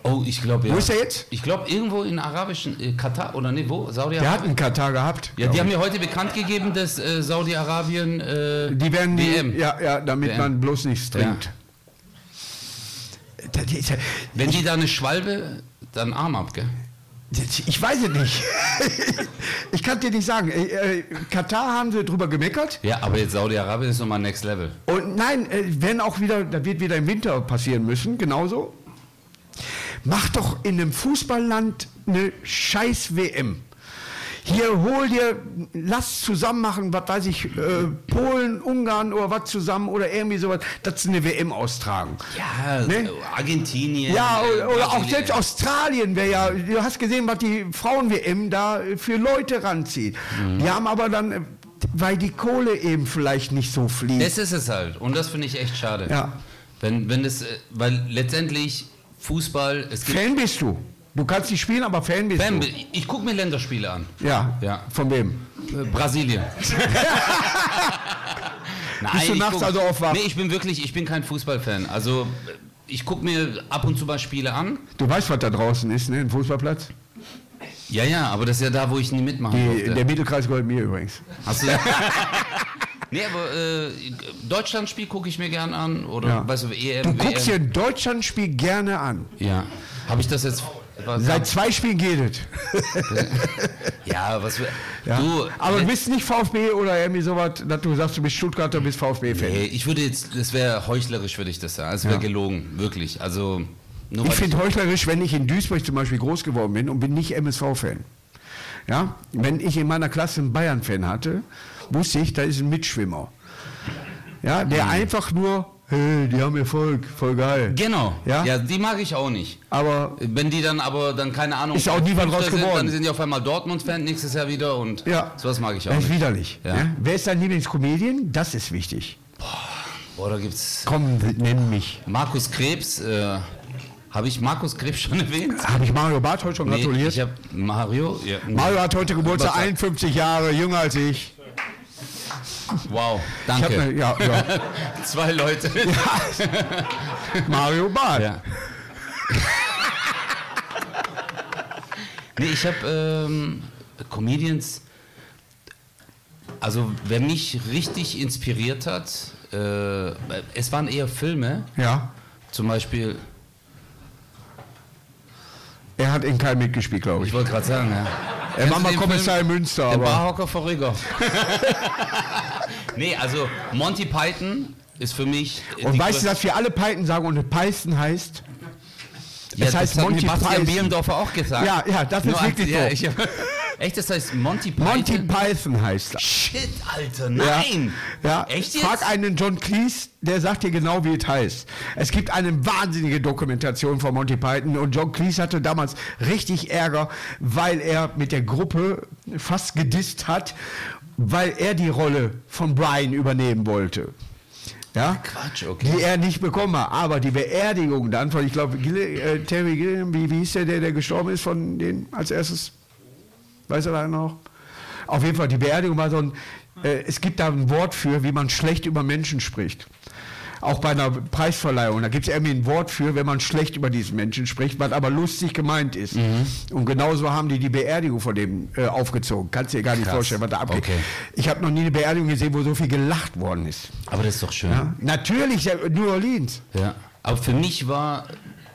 [SPEAKER 3] Oh, ich glaube ja.
[SPEAKER 2] Wo ist er jetzt?
[SPEAKER 3] Ich glaube irgendwo in arabischen äh, Katar oder nee, wo?
[SPEAKER 2] Der
[SPEAKER 3] Saudi-Arabien.
[SPEAKER 2] hat einen Katar gehabt.
[SPEAKER 3] Ja, die
[SPEAKER 2] glaub
[SPEAKER 3] haben ja heute bekannt gegeben, dass äh, Saudi-Arabien äh,
[SPEAKER 2] ich. die werden die,
[SPEAKER 3] WM.
[SPEAKER 2] Ja, ja, damit
[SPEAKER 3] WM.
[SPEAKER 2] man bloß nichts trinkt. Das ist ja-
[SPEAKER 3] Wenn die da eine Schwalbe, dann Arm ab, gell?
[SPEAKER 2] das- Ich weiß es nicht. [LAUGHS] ich kann dir nicht sagen. Äh, äh, Katar haben sie drüber gemeckert.
[SPEAKER 3] Ja, aber jetzt Saudi-Arabien ist nochmal Next Level.
[SPEAKER 2] Und nein, äh, wenn auch wieder, da wird wieder im Winter passieren müssen, genauso. Mach doch in einem Fußballland eine scheiß WM. Hier hol dir, lass zusammen machen, was weiß ich, äh, Polen, Ungarn oder was zusammen oder irgendwie sowas, dass sie eine WM austragen.
[SPEAKER 3] Ja,
[SPEAKER 2] Ne?
[SPEAKER 3] Argentinien.
[SPEAKER 2] Ja,
[SPEAKER 3] äh,
[SPEAKER 2] oder, oder auch
[SPEAKER 3] Brasilien.
[SPEAKER 2] selbst Australien wäre ja, du hast gesehen, was die Frauen-WM da äh, für Leute ranzieht. Die haben aber dann, äh, weil die Kohle eben vielleicht nicht so fließt.
[SPEAKER 3] Das ist es halt. Und das finde ich echt schade.
[SPEAKER 2] Ja.
[SPEAKER 3] Wenn, wenn das, äh, weil letztendlich Fußball, es gibt.
[SPEAKER 2] Fan bist du. Du kannst nicht spielen, aber Fan bist
[SPEAKER 3] Bam,
[SPEAKER 2] du.
[SPEAKER 3] ich gucke mir Länderspiele an.
[SPEAKER 2] Ja.
[SPEAKER 3] Ja.
[SPEAKER 2] Von wem?
[SPEAKER 3] Äh,
[SPEAKER 2] [LAUGHS]
[SPEAKER 3] Brasilien. Nein,
[SPEAKER 2] Bist du
[SPEAKER 3] ich
[SPEAKER 2] nachts
[SPEAKER 3] guck-
[SPEAKER 2] also auf Wacht?
[SPEAKER 3] Nee, ich bin wirklich, ich bin kein Fußballfan. Also äh, ich gucke mir ab und zu mal Spiele an.
[SPEAKER 2] Du weißt, was da draußen ist, ne? Ein Fußballplatz.
[SPEAKER 3] Ja, ja, aber das ist ja da, wo ich nie mitmachen
[SPEAKER 2] Die,
[SPEAKER 3] durfte.
[SPEAKER 2] der Mittelkreis gehört mir übrigens.
[SPEAKER 3] Hast du [LAUGHS] Nee, aber äh, Deutschlandspiel gucke ich mir gern an. Oder
[SPEAKER 2] Ja.
[SPEAKER 3] weißt du, E EM,
[SPEAKER 2] Du
[SPEAKER 3] WM.
[SPEAKER 2] guckst dir ein Deutschlandspiel gerne an.
[SPEAKER 3] Ja. Habe ich das jetzt. Was-
[SPEAKER 2] Seit zwei Spielen geht es.
[SPEAKER 3] ja, was wir-
[SPEAKER 2] Ja.
[SPEAKER 3] du,
[SPEAKER 2] Aber
[SPEAKER 3] äh,
[SPEAKER 2] du bist nicht VfB oder irgendwie sowas, dass du sagst, du bist Stuttgarter, bist VfB-Fan.
[SPEAKER 3] ey, ich würde jetzt, das wäre heuchlerisch, würde ich das sagen. Es wäre
[SPEAKER 2] Ja.
[SPEAKER 3] gelogen, wirklich. Also nur
[SPEAKER 2] Ich
[SPEAKER 3] weil
[SPEAKER 2] finde heuchlerisch, wenn ich in Duisburg zum Beispiel groß geworden bin und bin nicht MSV-Fan. Ja, wenn ich in meiner Klasse einen Bayern-Fan hatte, wusste ich, da ist ein Mitschwimmer. Ja, der
[SPEAKER 3] Mhm.
[SPEAKER 2] einfach nur, hey, die haben Erfolg, voll geil.
[SPEAKER 3] Genau.
[SPEAKER 2] Ja?
[SPEAKER 3] ja, die mag ich auch nicht.
[SPEAKER 2] Aber
[SPEAKER 3] Wenn die dann aber dann keine Ahnung.
[SPEAKER 2] Ist ja auch nie was draus
[SPEAKER 3] Fünfter sind,
[SPEAKER 2] geworden.
[SPEAKER 3] Dann sind die auf einmal Dortmund-Fan nächstes Jahr wieder und
[SPEAKER 2] ja,
[SPEAKER 3] sowas mag ich auch
[SPEAKER 2] das ist
[SPEAKER 3] nicht.
[SPEAKER 2] widerlich.
[SPEAKER 3] Ja.
[SPEAKER 2] Ne? Wer ist dein Lieblingscomedian? Das ist wichtig.
[SPEAKER 3] Boah, da gibt's
[SPEAKER 2] Komm, nenn mich.
[SPEAKER 3] Markus Krebs. Äh, habe ich Markus Krebs schon erwähnt?
[SPEAKER 2] Habe ich Mario Barth heute schon gratuliert?
[SPEAKER 3] ich habe Mario. Ja,
[SPEAKER 2] Mario hat heute Geburtstag,
[SPEAKER 3] Geburtstag.
[SPEAKER 2] 51 Jahre jünger als ich.
[SPEAKER 3] Wow,
[SPEAKER 2] ich
[SPEAKER 3] danke.
[SPEAKER 2] hab ne, ja, ja.
[SPEAKER 3] [LAUGHS] Zwei Leute.
[SPEAKER 2] [LAUGHS] Mario Barth.
[SPEAKER 3] Ja. nee, ich habe ähm, Comedians. Also, wer mich richtig inspiriert hat, äh, es waren eher Filme.
[SPEAKER 2] ja.
[SPEAKER 3] Zum Beispiel,
[SPEAKER 2] Er hat in keinem mitgespielt, glaube ich.
[SPEAKER 3] ich wollte gerade sagen,
[SPEAKER 2] Äh,
[SPEAKER 3] ja.
[SPEAKER 2] Er war
[SPEAKER 3] Kennst du
[SPEAKER 2] mal
[SPEAKER 3] den
[SPEAKER 2] Kommissar
[SPEAKER 3] Film?
[SPEAKER 2] in Münster,
[SPEAKER 3] Der
[SPEAKER 2] aber
[SPEAKER 3] Barhocker vor Rüger. nee, also Monty Python ist für mich.
[SPEAKER 2] und
[SPEAKER 3] die
[SPEAKER 2] weißt du,
[SPEAKER 3] größte-
[SPEAKER 2] dass wir alle Python sagen und Python heißt?
[SPEAKER 3] ja,
[SPEAKER 2] es heißt
[SPEAKER 3] das hat
[SPEAKER 2] Monty
[SPEAKER 3] Sebastian
[SPEAKER 2] Python.
[SPEAKER 3] Behlendorfer auch gesagt.
[SPEAKER 2] Ja, ja, das ist
[SPEAKER 3] Nur als-
[SPEAKER 2] wirklich
[SPEAKER 3] ja,
[SPEAKER 2] so.
[SPEAKER 3] ich, [LAUGHS] Echt, das heißt Monty Python?
[SPEAKER 2] Monty Python heißt das.
[SPEAKER 3] Shit, Alter, nein!
[SPEAKER 2] Ja.
[SPEAKER 3] Echt jetzt?
[SPEAKER 2] Frag einen John Cleese, der sagt dir genau, wie es heißt. Es gibt eine wahnsinnige Dokumentation von Monty Python und John Cleese hatte damals richtig Ärger, weil er mit der Gruppe fast gedisst hat, weil er die Rolle von Brian übernehmen wollte. Ja?
[SPEAKER 3] Quatsch, okay.
[SPEAKER 2] die er nicht bekommen hat. Aber die Beerdigung dann von, ich glaube, Gille, äh, Terry Gilliam, wie, wie hieß der, der, der gestorben ist von den als erstes? Weiß er da noch? Auf jeden Fall, die Beerdigung war so ein, äh, es gibt da ein Wort für, wie man schlecht über Menschen spricht. Auch bei einer Preisverleihung, da gibt es irgendwie ein Wort für, wenn man schlecht über diesen Menschen spricht, was aber lustig gemeint ist.
[SPEAKER 3] Mhm.
[SPEAKER 2] Und genauso haben die die Beerdigung von dem äh, aufgezogen. Kannst dir gar nicht
[SPEAKER 3] Krass.
[SPEAKER 2] vorstellen, was da abgeht.
[SPEAKER 3] Okay.
[SPEAKER 2] Ich habe noch nie eine Beerdigung gesehen, wo so viel gelacht worden ist.
[SPEAKER 3] Aber das ist doch schön.
[SPEAKER 2] Ja, Natürlich, der New Orleans.
[SPEAKER 3] Ja. Aber für mich war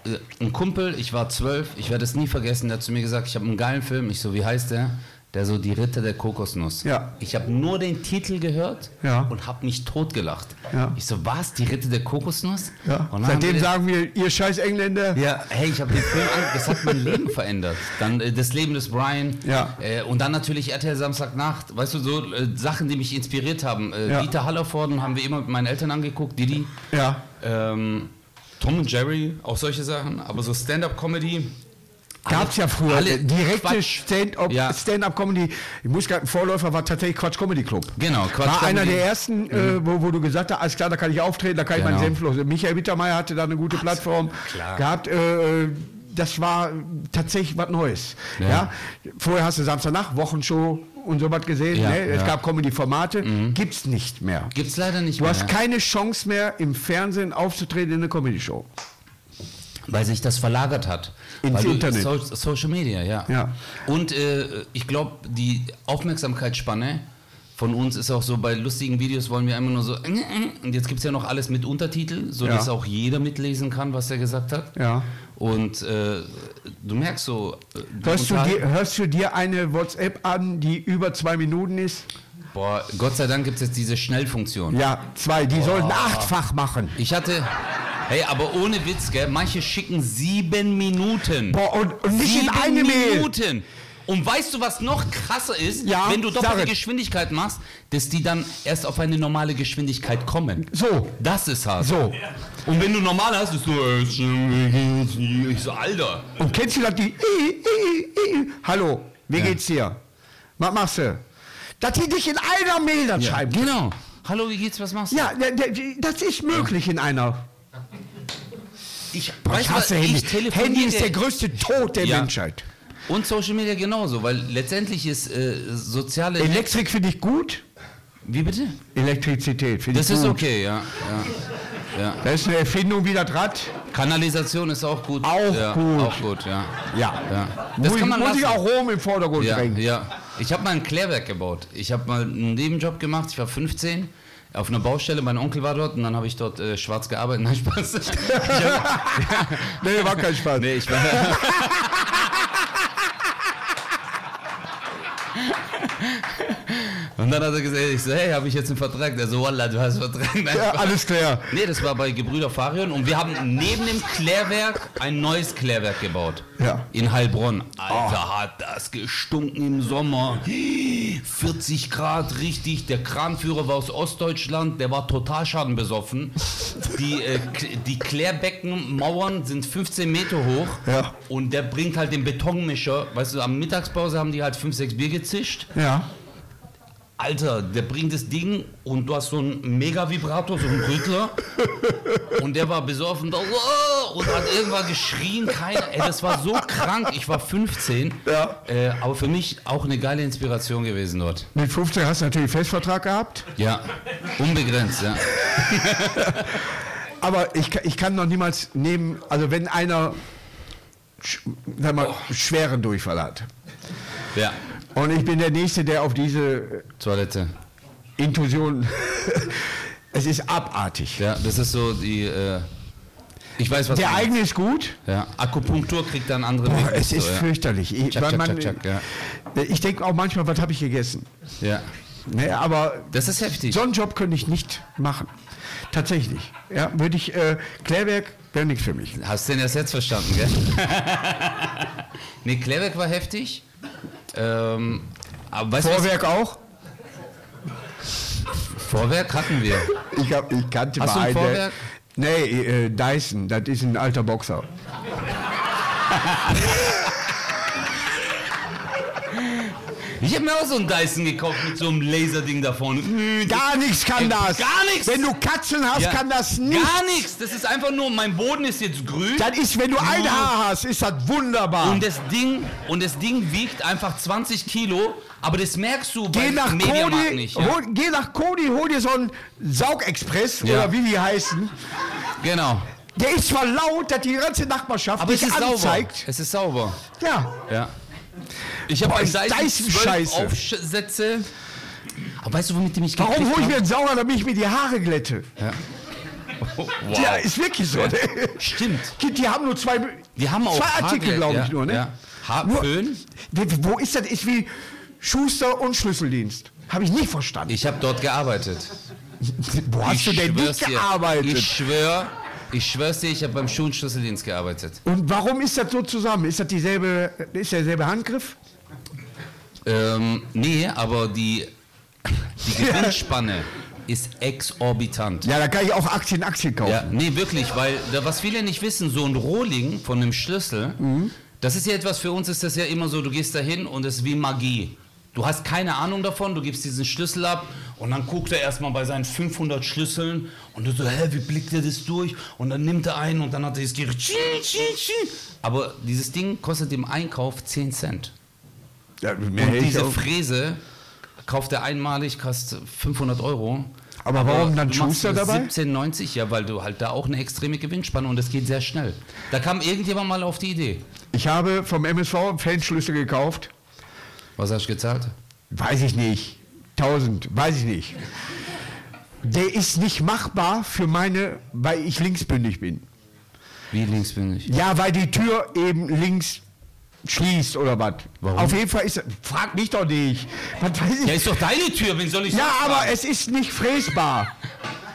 [SPEAKER 3] äh, ein Kumpel, ich war zwölf, ich werde es nie vergessen, der hat zu mir gesagt, ich habe einen geilen Film, ich so, wie heißt der? Der so, die Ritter der Kokosnuss.
[SPEAKER 2] Ja.
[SPEAKER 3] Ich habe nur den Titel gehört
[SPEAKER 2] Ja.
[SPEAKER 3] und habe mich totgelacht.
[SPEAKER 2] Ja.
[SPEAKER 3] Ich so, was, die Ritter der Kokosnuss?
[SPEAKER 2] Ja.
[SPEAKER 3] Und dann haben wir
[SPEAKER 2] Seitdem
[SPEAKER 3] den-
[SPEAKER 2] sagen wir, ihr scheiß Engländer.
[SPEAKER 3] Ja, hey, ich habe den Film an, das hat mein Leben verändert. Dann äh, das Leben des Brian.
[SPEAKER 2] Ja.
[SPEAKER 3] Äh, und dann natürlich RTL Samstagnacht. Weißt du, so äh, Sachen, die mich inspiriert haben. Äh,
[SPEAKER 2] Ja.
[SPEAKER 3] Dieter Hallervorden haben wir immer mit meinen Eltern angeguckt, Didi.
[SPEAKER 2] Ja.
[SPEAKER 3] Ähm, Tom und Jerry, auch solche Sachen. Aber so Stand-Up-Comedy.
[SPEAKER 2] Gab's ja früher.
[SPEAKER 3] alle
[SPEAKER 2] Direkte
[SPEAKER 3] Quatsch.
[SPEAKER 2] Stand-up
[SPEAKER 3] Ja.
[SPEAKER 2] Stand Comedy. Ich muss gerade, ein Vorläufer war tatsächlich Quatsch Comedy Club.
[SPEAKER 3] Genau, Quatsch.
[SPEAKER 2] War einer
[SPEAKER 3] Comedy. Mhm.
[SPEAKER 2] der ersten, äh, wo, wo du gesagt hast, alles klar, da kann ich auftreten, da kann ich
[SPEAKER 3] Genau.
[SPEAKER 2] meinen Senf los. Michael Mittermeier hatte da eine gute Plattform
[SPEAKER 3] klar.
[SPEAKER 2] gehabt. Äh, das war tatsächlich was Neues. Ja.
[SPEAKER 3] Ja.
[SPEAKER 2] Vorher hast du Samstagnacht, Wochenshow und sowas gesehen.
[SPEAKER 3] Ja,
[SPEAKER 2] ne? Es
[SPEAKER 3] ja. Mhm.
[SPEAKER 2] gab Comedy-Formate, gibt's nicht mehr.
[SPEAKER 3] Gibt's leider nicht
[SPEAKER 2] Du
[SPEAKER 3] mehr.
[SPEAKER 2] hast keine Chance mehr, im Fernsehen aufzutreten in eine Comedy-Show.
[SPEAKER 3] Weil sich das verlagert hat.
[SPEAKER 2] Ins
[SPEAKER 3] Weil du-
[SPEAKER 2] Internet.
[SPEAKER 3] So, Social Media, ja.
[SPEAKER 2] Ja.
[SPEAKER 3] Und äh, ich glaube, die Aufmerksamkeitsspanne von uns ist auch so, bei lustigen Videos wollen wir immer nur so, äh, äh, und jetzt gibt es ja noch alles mit Untertitel, sodass
[SPEAKER 2] Ja.
[SPEAKER 3] auch jeder mitlesen kann, was er gesagt hat.
[SPEAKER 2] Ja.
[SPEAKER 3] Und äh, du merkst so... äh, die
[SPEAKER 2] Hörst du,
[SPEAKER 3] Unterhal-
[SPEAKER 2] dir, hörst du dir eine WhatsApp an, die über zwei Minuten ist?
[SPEAKER 3] Boah, Gott sei Dank gibt es jetzt diese Schnellfunktion.
[SPEAKER 2] Ja, zwei. Die sollen achtfach machen.
[SPEAKER 3] Ich hatte... Hey, aber ohne Witz, gell? Manche schicken sieben Minuten.
[SPEAKER 2] Boah, und, und nicht in
[SPEAKER 3] Sieben
[SPEAKER 2] eine Mail.
[SPEAKER 3] Minuten. Und weißt du, was noch krasser ist?
[SPEAKER 2] Ja,
[SPEAKER 3] Wenn du
[SPEAKER 2] sag
[SPEAKER 3] doppelte
[SPEAKER 2] es.
[SPEAKER 3] Geschwindigkeit machst, dass die dann erst auf eine normale Geschwindigkeit kommen.
[SPEAKER 2] So,
[SPEAKER 3] Das ist hart.
[SPEAKER 2] so.
[SPEAKER 3] Und wenn du normal hast, ist so, äh, ich so, Alter.
[SPEAKER 2] Und kennst du das, die, i, i, i, hallo, wie
[SPEAKER 3] Ja.
[SPEAKER 2] geht's dir? Was machst du? Dass die dich in einer Mail dann schreiben.
[SPEAKER 3] Genau. Hallo, wie geht's, was machst du?
[SPEAKER 2] Ja, der- der- das ist möglich in einer.
[SPEAKER 3] ich,
[SPEAKER 2] Boah,
[SPEAKER 3] weißt
[SPEAKER 2] ich
[SPEAKER 3] du was,
[SPEAKER 2] hasse Handy.
[SPEAKER 3] telefoniere-
[SPEAKER 2] Handy ist der größte Tod der
[SPEAKER 3] Ja.
[SPEAKER 2] Menschheit.
[SPEAKER 3] Und Social Media genauso, weil letztendlich ist äh, soziale...
[SPEAKER 2] Elektrik finde ich gut.
[SPEAKER 3] wie bitte?
[SPEAKER 2] Elektrizität finde ich
[SPEAKER 3] Das
[SPEAKER 2] gut.
[SPEAKER 3] ist okay, ja. ja.
[SPEAKER 2] Das ist eine Erfindung wie das Rad.
[SPEAKER 3] Kanalisation ist auch gut.
[SPEAKER 2] Auch
[SPEAKER 3] ja,
[SPEAKER 2] gut.
[SPEAKER 3] Auch gut, ja.
[SPEAKER 2] Ja.
[SPEAKER 3] Ja.
[SPEAKER 2] muss, muss ich auch Rom im Vordergrund
[SPEAKER 3] ja,
[SPEAKER 2] drängen.
[SPEAKER 3] ja. Ich habe mal ein Klärwerk gebaut. Ich habe mal einen Nebenjob gemacht. Ich war 15 auf einer Baustelle. Mein Onkel war dort und dann habe ich dort äh, schwarz [LAUGHS] gearbeitet. Nein, Spaß. Ich hab,
[SPEAKER 2] Nee, war kein Spaß.
[SPEAKER 3] nee, ich war, [LAUGHS] Und dann hat er gesagt, ich so, hey, habe ich jetzt einen Vertrag? Der so, Wallah, du hast einen Vertrag. Nein,
[SPEAKER 2] Ja,
[SPEAKER 3] Spaß.
[SPEAKER 2] alles klar.
[SPEAKER 3] Nee, das war bei Gebrüder Farion und wir haben neben dem Klärwerk ein neues Klärwerk gebaut.
[SPEAKER 2] Ja. Ah.
[SPEAKER 3] In Heilbronn. Alter, hat das gestunken im Sommer. 40 Grad, richtig. Der Kranführer war aus Ostdeutschland, der war total schadenbesoffen. Die, äh, K- die Klärbeckenmauern sind 15 Meter hoch
[SPEAKER 2] Ja.
[SPEAKER 3] und der bringt halt den Betonmischer. Weißt du, am Mittagspause haben die halt 5, 6 Bier gezischt.
[SPEAKER 2] Ja.
[SPEAKER 3] Alter, der bringt das Ding und du hast so einen Mega-Vibrator, so einen Rüttler. und der war besoffen da, "Wow!" und hat irgendwann geschrien. Keiner, ey, das war so krank. Ich war 15.
[SPEAKER 2] Ja.
[SPEAKER 3] Äh, aber für mich auch eine geile Inspiration gewesen dort.
[SPEAKER 2] Mit 15 hast du natürlich einen Festvertrag gehabt.
[SPEAKER 3] Ja, unbegrenzt, ja.
[SPEAKER 2] Aber ich, ka- ich kann noch niemals nehmen, also wenn einer sch, sag mal,
[SPEAKER 3] Oh.
[SPEAKER 2] schweren Durchfall hat.
[SPEAKER 3] Ja,
[SPEAKER 2] Und ich bin der Nächste, der auf diese
[SPEAKER 3] Toilette.
[SPEAKER 2] Intrusion. [LAUGHS] es ist abartig.
[SPEAKER 3] Ja, das ist so die. Äh, ich weiß, was.
[SPEAKER 2] Der
[SPEAKER 3] du meinst.
[SPEAKER 2] eigene ist gut.
[SPEAKER 3] ja, Akupunktur kriegt dann andere
[SPEAKER 2] Boah,
[SPEAKER 3] mit,
[SPEAKER 2] es
[SPEAKER 3] so,
[SPEAKER 2] ist
[SPEAKER 3] ja.
[SPEAKER 2] fürchterlich. Ich,
[SPEAKER 3] Tschak,
[SPEAKER 2] weil
[SPEAKER 3] tschak,
[SPEAKER 2] man-
[SPEAKER 3] tschak, tschak, ja.
[SPEAKER 2] ich denke auch manchmal, was habe ich gegessen?
[SPEAKER 3] ja.
[SPEAKER 2] Ne, aber
[SPEAKER 3] Das ist heftig.
[SPEAKER 2] so einen Job könnte ich nicht machen. Tatsächlich. Ja, würde ich, äh, Klärwerk wäre nichts für mich.
[SPEAKER 3] Hast du den erst jetzt
[SPEAKER 2] [LAUGHS]
[SPEAKER 3] verstanden, gell? nee, Klärwerk war heftig. Ähm, aber weißt du,
[SPEAKER 2] Vorwerk auch?
[SPEAKER 3] was- Vorwerk hatten wir.
[SPEAKER 2] Ich, hab, ich kannte mal
[SPEAKER 3] Hast du ein
[SPEAKER 2] einen,
[SPEAKER 3] Vorwerk?
[SPEAKER 2] Der, nee, äh, Dyson, das ist ein alter Boxer.
[SPEAKER 3] Ich habe mir auch so einen Dyson gekauft mit so einem Laserding da vorne.
[SPEAKER 2] Gar Äh, nichts kann das.
[SPEAKER 3] Gar nichts?
[SPEAKER 2] Wenn du Katzen hast,
[SPEAKER 3] Ja.
[SPEAKER 2] Hm, kann das nicht.
[SPEAKER 3] Gar nichts. Das ist einfach nur, mein Boden ist jetzt grün.
[SPEAKER 2] Das ist, wenn du ein Haar hast, ist das wunderbar.
[SPEAKER 3] und das Ding und das Ding wiegt einfach 20 Kilo, aber das merkst du
[SPEAKER 2] geh
[SPEAKER 3] beim
[SPEAKER 2] nach,
[SPEAKER 3] Mediamarkt
[SPEAKER 2] Kodi,
[SPEAKER 3] nicht. Ja?
[SPEAKER 2] hol, geh nach Kodi, hol dir so einen Saugexpress
[SPEAKER 3] Ja.
[SPEAKER 2] oder wie die heißen.
[SPEAKER 3] Genau.
[SPEAKER 2] Der ist zwar laut, dass die ganze Nachbarschaft
[SPEAKER 3] Aber es
[SPEAKER 2] dich
[SPEAKER 3] ist sauber.
[SPEAKER 2] anzeigt.
[SPEAKER 3] Es ist sauber.
[SPEAKER 2] Ja.
[SPEAKER 3] Ja. Ich habe
[SPEAKER 2] Boah,
[SPEAKER 3] beim
[SPEAKER 2] ist
[SPEAKER 3] Dyson
[SPEAKER 2] Dyson
[SPEAKER 3] 12
[SPEAKER 2] scheiße.
[SPEAKER 3] Aufsätze. Aber weißt du, womit die mich
[SPEAKER 2] Warum
[SPEAKER 3] gekriegt
[SPEAKER 2] hole ich mir
[SPEAKER 3] haben?
[SPEAKER 2] einen Sauger, damit ich mir die Haare glätte?
[SPEAKER 3] Oh, Wow.
[SPEAKER 2] Ja, ist wirklich so. Ne?
[SPEAKER 3] Stimmt.
[SPEAKER 2] Die, die haben nur zwei,
[SPEAKER 3] Die haben auch
[SPEAKER 2] zwei Artikel,
[SPEAKER 3] Haargel-
[SPEAKER 2] glaube
[SPEAKER 3] ja,
[SPEAKER 2] ich, nur. Ne?
[SPEAKER 3] Ja.
[SPEAKER 2] Nur-
[SPEAKER 3] Haarföhn.
[SPEAKER 2] Wo ist das? Ist wie Schuster und Schlüsseldienst. Habe ich nicht verstanden.
[SPEAKER 3] Ich habe dort gearbeitet.
[SPEAKER 2] Wo hast
[SPEAKER 3] ich
[SPEAKER 2] du denn
[SPEAKER 3] schwör's
[SPEAKER 2] nicht
[SPEAKER 3] dir.
[SPEAKER 2] gearbeitet?
[SPEAKER 3] Ich schwör, ich schwör's dir, ich habe beim Schuh- und Schlüsseldienst gearbeitet.
[SPEAKER 2] Und warum ist das so zusammen? Ist das dieselbe, ist derselbe Handgriff?
[SPEAKER 3] Ähm, nee, aber die,
[SPEAKER 2] [LAUGHS]
[SPEAKER 3] die
[SPEAKER 2] Ja.
[SPEAKER 3] Gewinnspanne ist exorbitant.
[SPEAKER 2] Ja, da kann ich auch Aktien, Aktien kaufen.
[SPEAKER 3] Ja, nee, wirklich, weil da, was viele nicht wissen, so ein Rohling von einem Schlüssel, das ist ja etwas, für uns ist das ja immer so, du gehst da hin und es ist wie Magie. Du hast keine Ahnung davon, du gibst diesen Schlüssel ab und dann guckt er erstmal bei seinen 500 Schlüsseln und du so, hä, wie blickt er das durch? Und dann nimmt er einen und dann hat er das Gerät. Aber dieses Ding kostet im Einkauf 10 Cent.
[SPEAKER 2] Ja, mehr
[SPEAKER 3] Und
[SPEAKER 2] hält
[SPEAKER 3] diese
[SPEAKER 2] auch.
[SPEAKER 3] Fräse kauft er einmalig, kostet 500 Euro.
[SPEAKER 2] Aber warum dann
[SPEAKER 3] du machst
[SPEAKER 2] Schuster
[SPEAKER 3] das
[SPEAKER 2] dabei?
[SPEAKER 3] 17,90, ja, weil du halt da auch eine extreme Gewinnspanne und das geht sehr schnell. Da kam irgendjemand mal auf die Idee.
[SPEAKER 2] ich habe vom MSV einen Fanschlüssel gekauft.
[SPEAKER 3] Was hast du gezahlt?
[SPEAKER 2] Weiß ich nicht. 1000, weiß ich nicht. Der ist nicht machbar für meine, weil ich linksbündig bin.
[SPEAKER 3] Wie links bin ich?
[SPEAKER 2] Ja, weil die Tür eben links schließt oder was.
[SPEAKER 3] Warum?
[SPEAKER 2] Auf jeden Fall ist. Frag mich doch nicht. Was weiß ich.
[SPEAKER 3] Ja, ist doch deine Tür, wen soll ich
[SPEAKER 2] Ja,
[SPEAKER 3] sonst
[SPEAKER 2] aber
[SPEAKER 3] fragen?
[SPEAKER 2] es ist nicht fräsbar.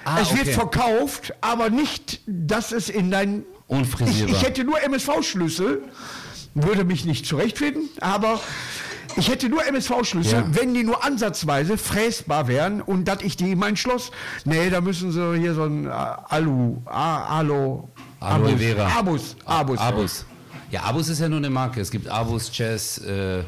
[SPEAKER 3] Ah,
[SPEAKER 2] es wird
[SPEAKER 3] okay.
[SPEAKER 2] verkauft, aber nicht, dass es in dein. Ich,
[SPEAKER 3] Unfrisierbar.
[SPEAKER 2] ich hätte nur MSV-Schlüssel, würde mich nicht zurechtfinden, aber ich hätte nur MSV-Schlüssel,
[SPEAKER 3] Ja.
[SPEAKER 2] wenn die nur ansatzweise fräsbar wären und dass ich die in mein Schloss. Nee, da müssen sie hier so ein äh, Alu, A, Alo.
[SPEAKER 3] Aloe
[SPEAKER 2] Abus,
[SPEAKER 3] Vera.
[SPEAKER 2] Abus, Abus.
[SPEAKER 3] Abus. Ja, Abus ist ja nur eine Marke. Es gibt Abus, Jazz, äh,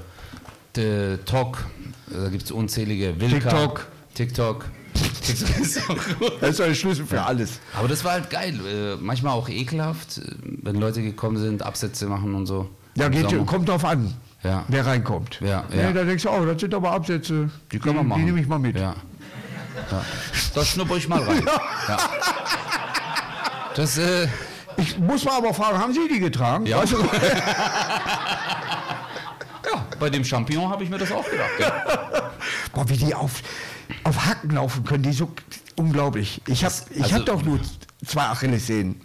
[SPEAKER 3] de, Tok, äh, da gibt es unzählige. Wilka,
[SPEAKER 2] TikTok.
[SPEAKER 3] TikTok. [LAUGHS] TikTok ist auch gut.
[SPEAKER 2] Das ist ein Schlüssel für alles.
[SPEAKER 3] Aber das war halt geil. Äh, manchmal auch ekelhaft, äh, wenn Leute gekommen sind, Absätze machen und so.
[SPEAKER 2] Ja,
[SPEAKER 3] Im
[SPEAKER 2] geht,
[SPEAKER 3] Sommer.
[SPEAKER 2] kommt drauf an,
[SPEAKER 3] Ja.
[SPEAKER 2] wer reinkommt.
[SPEAKER 3] Ja,
[SPEAKER 2] nee,
[SPEAKER 3] ja.
[SPEAKER 2] Da denkst du, oh, das sind aber Absätze.
[SPEAKER 3] Die können wir machen.
[SPEAKER 2] Die nehme ich mal mit.
[SPEAKER 3] Ja. ja. Da schnupper ich
[SPEAKER 2] [LAUGHS]
[SPEAKER 3] mal rein. Ja. Das, äh,
[SPEAKER 2] Ich muss mal aber fragen, haben Sie die getragen? Also-
[SPEAKER 3] Ja.
[SPEAKER 2] Weißt du,
[SPEAKER 3] ja, bei dem Champignon habe ich mir das auch gedacht. Ja.
[SPEAKER 2] [LAUGHS] boah, wie die auf, auf Hacken laufen können, die so unglaublich. Ich habe ich
[SPEAKER 3] also-
[SPEAKER 2] hab doch nur zwei Achillessehnen.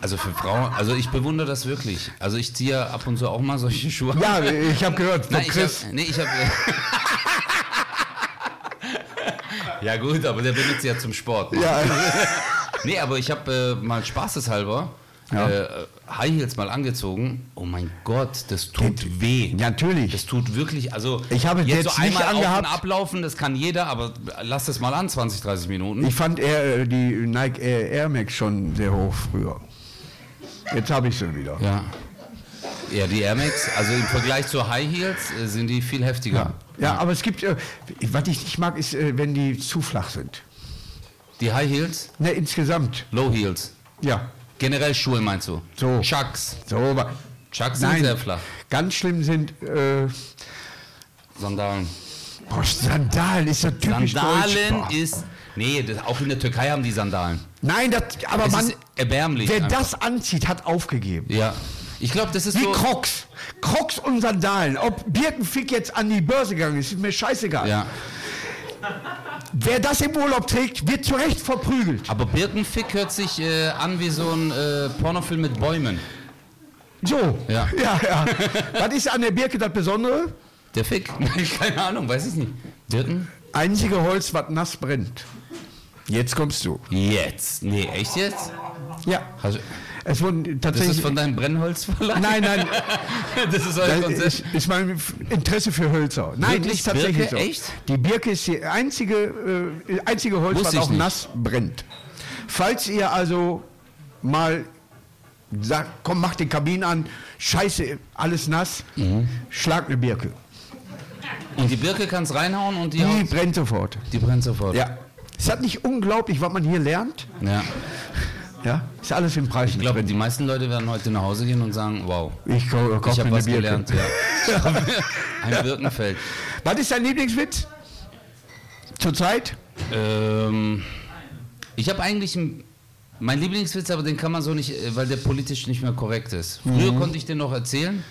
[SPEAKER 3] Also für Frauen, also ich bewundere das wirklich. Also ich ziehe ja ab und zu auch mal solche Schuhe. an.
[SPEAKER 2] Ja, ich habe gehört von
[SPEAKER 3] Nein, ich
[SPEAKER 2] Chris.
[SPEAKER 3] hab, nee, ich habe. [LAUGHS] ja gut, aber der benutzt sie ja zum Sport. ne?
[SPEAKER 2] Ja.
[SPEAKER 3] [LAUGHS] Nee, aber ich habe äh, mal spaßeshalber äh, High Heels mal angezogen. Oh mein Gott, das tut weh.
[SPEAKER 2] Natürlich.
[SPEAKER 3] Das tut wirklich, also
[SPEAKER 2] Ich habe
[SPEAKER 3] jetzt
[SPEAKER 2] jetzt
[SPEAKER 3] so
[SPEAKER 2] nicht
[SPEAKER 3] einmal auf und
[SPEAKER 2] angehabt.
[SPEAKER 3] ablaufen, das kann jeder, aber lass das mal an, 20, 30 Minuten.
[SPEAKER 2] Ich fand eher äh, die Nike Air, Air Max schon sehr hoch früher. Jetzt habe ich sie wieder.
[SPEAKER 3] ja. Ja, die Air Max, also im Vergleich zu High Heels äh, sind die viel heftiger.
[SPEAKER 2] Ja, aber es gibt, äh, was ich nicht mag, ist, äh, wenn die zu flach sind.
[SPEAKER 3] Die High Heels,
[SPEAKER 2] Ne, insgesamt.
[SPEAKER 3] Low Heels.
[SPEAKER 2] Ja.
[SPEAKER 3] Generell Schuhe meinst du?
[SPEAKER 2] So.
[SPEAKER 3] Chucks.
[SPEAKER 2] So, aber
[SPEAKER 3] Chucks sind sehr flach.
[SPEAKER 2] Ganz schlimm sind äh,
[SPEAKER 3] Sandalen.
[SPEAKER 2] boah, Sandalen, ist so typisch deutsch.
[SPEAKER 3] Sandalen
[SPEAKER 2] boah.
[SPEAKER 3] ist. Nee, das, auch in der Türkei haben die Sandalen.
[SPEAKER 2] Nein, das, aber
[SPEAKER 3] Es
[SPEAKER 2] man,
[SPEAKER 3] ist erbärmlich.
[SPEAKER 2] wer
[SPEAKER 3] einfach.
[SPEAKER 2] das anzieht, hat aufgegeben.
[SPEAKER 3] Ja. Ich glaube, das ist
[SPEAKER 2] Wie
[SPEAKER 3] so.
[SPEAKER 2] Crocs. Crocs und Sandalen. Ob Birkenfick jetzt an die Börse gegangen ist, ist mir scheißegal.
[SPEAKER 3] Ja.
[SPEAKER 2] Wer das im Urlaub trägt, wird zu Recht verprügelt.
[SPEAKER 3] Aber Birkenfick hört sich äh, an wie so ein äh, Pornofilm mit Bäumen.
[SPEAKER 2] So.
[SPEAKER 3] Ja.
[SPEAKER 2] [LAUGHS] ja, ja. Was ist an der Birke das Besondere?
[SPEAKER 3] Der Fick? [LAUGHS] Keine Ahnung, weiß ich nicht. Birken?
[SPEAKER 2] Einzige Holz, was nass brennt. Jetzt kommst du.
[SPEAKER 3] Jetzt. Nee, echt jetzt?
[SPEAKER 2] Ja.
[SPEAKER 3] Hast du-
[SPEAKER 2] Es wurden
[SPEAKER 3] Das ist
[SPEAKER 2] tatsächlich.
[SPEAKER 3] von deinem Brennholzverleih?
[SPEAKER 2] nein, nein.
[SPEAKER 3] [LAUGHS] Das ist euer
[SPEAKER 2] Das
[SPEAKER 3] Konzept.
[SPEAKER 2] ist, ist mein F- Interesse für Hölzer. Nein,
[SPEAKER 3] Äh, Wirklich?
[SPEAKER 2] ist tatsächlich
[SPEAKER 3] Birke?
[SPEAKER 2] so.
[SPEAKER 3] Echt?
[SPEAKER 2] Die Birke ist die einzige, äh, einzige Holz,
[SPEAKER 3] Wusste
[SPEAKER 2] was
[SPEAKER 3] ich
[SPEAKER 2] auch
[SPEAKER 3] nicht.
[SPEAKER 2] nass brennt. Falls ihr also mal sagt, komm, mach den Kabinen an, scheiße, alles nass,
[SPEAKER 3] Mhm.
[SPEAKER 2] schlag eine Birke.
[SPEAKER 3] Und die Birke kannst reinhauen und die,
[SPEAKER 2] Die
[SPEAKER 3] haut-
[SPEAKER 2] brennt sofort.
[SPEAKER 3] die brennt sofort.
[SPEAKER 2] Ja. Ist das nicht unglaublich, was man hier lernt?
[SPEAKER 3] ja.
[SPEAKER 2] Ja. Ist alles im Preis
[SPEAKER 3] Ich
[SPEAKER 2] nicht
[SPEAKER 3] glaube,
[SPEAKER 2] drin.
[SPEAKER 3] die meisten Leute werden heute nach Hause gehen und sagen, wow,
[SPEAKER 2] Ich ko- kauf
[SPEAKER 3] ich
[SPEAKER 2] mir
[SPEAKER 3] habe
[SPEAKER 2] eine
[SPEAKER 3] was
[SPEAKER 2] Birke.
[SPEAKER 3] gelernt. Ja. Ein Birkenfeld.
[SPEAKER 2] Was ist dein Lieblingswitz? Zurzeit?
[SPEAKER 3] Ähm, ich habe eigentlich einen- mein Lieblingswitz, aber den kann man so nicht, äh, weil der politisch nicht mehr korrekt ist. Früher konnte ich den noch erzählen,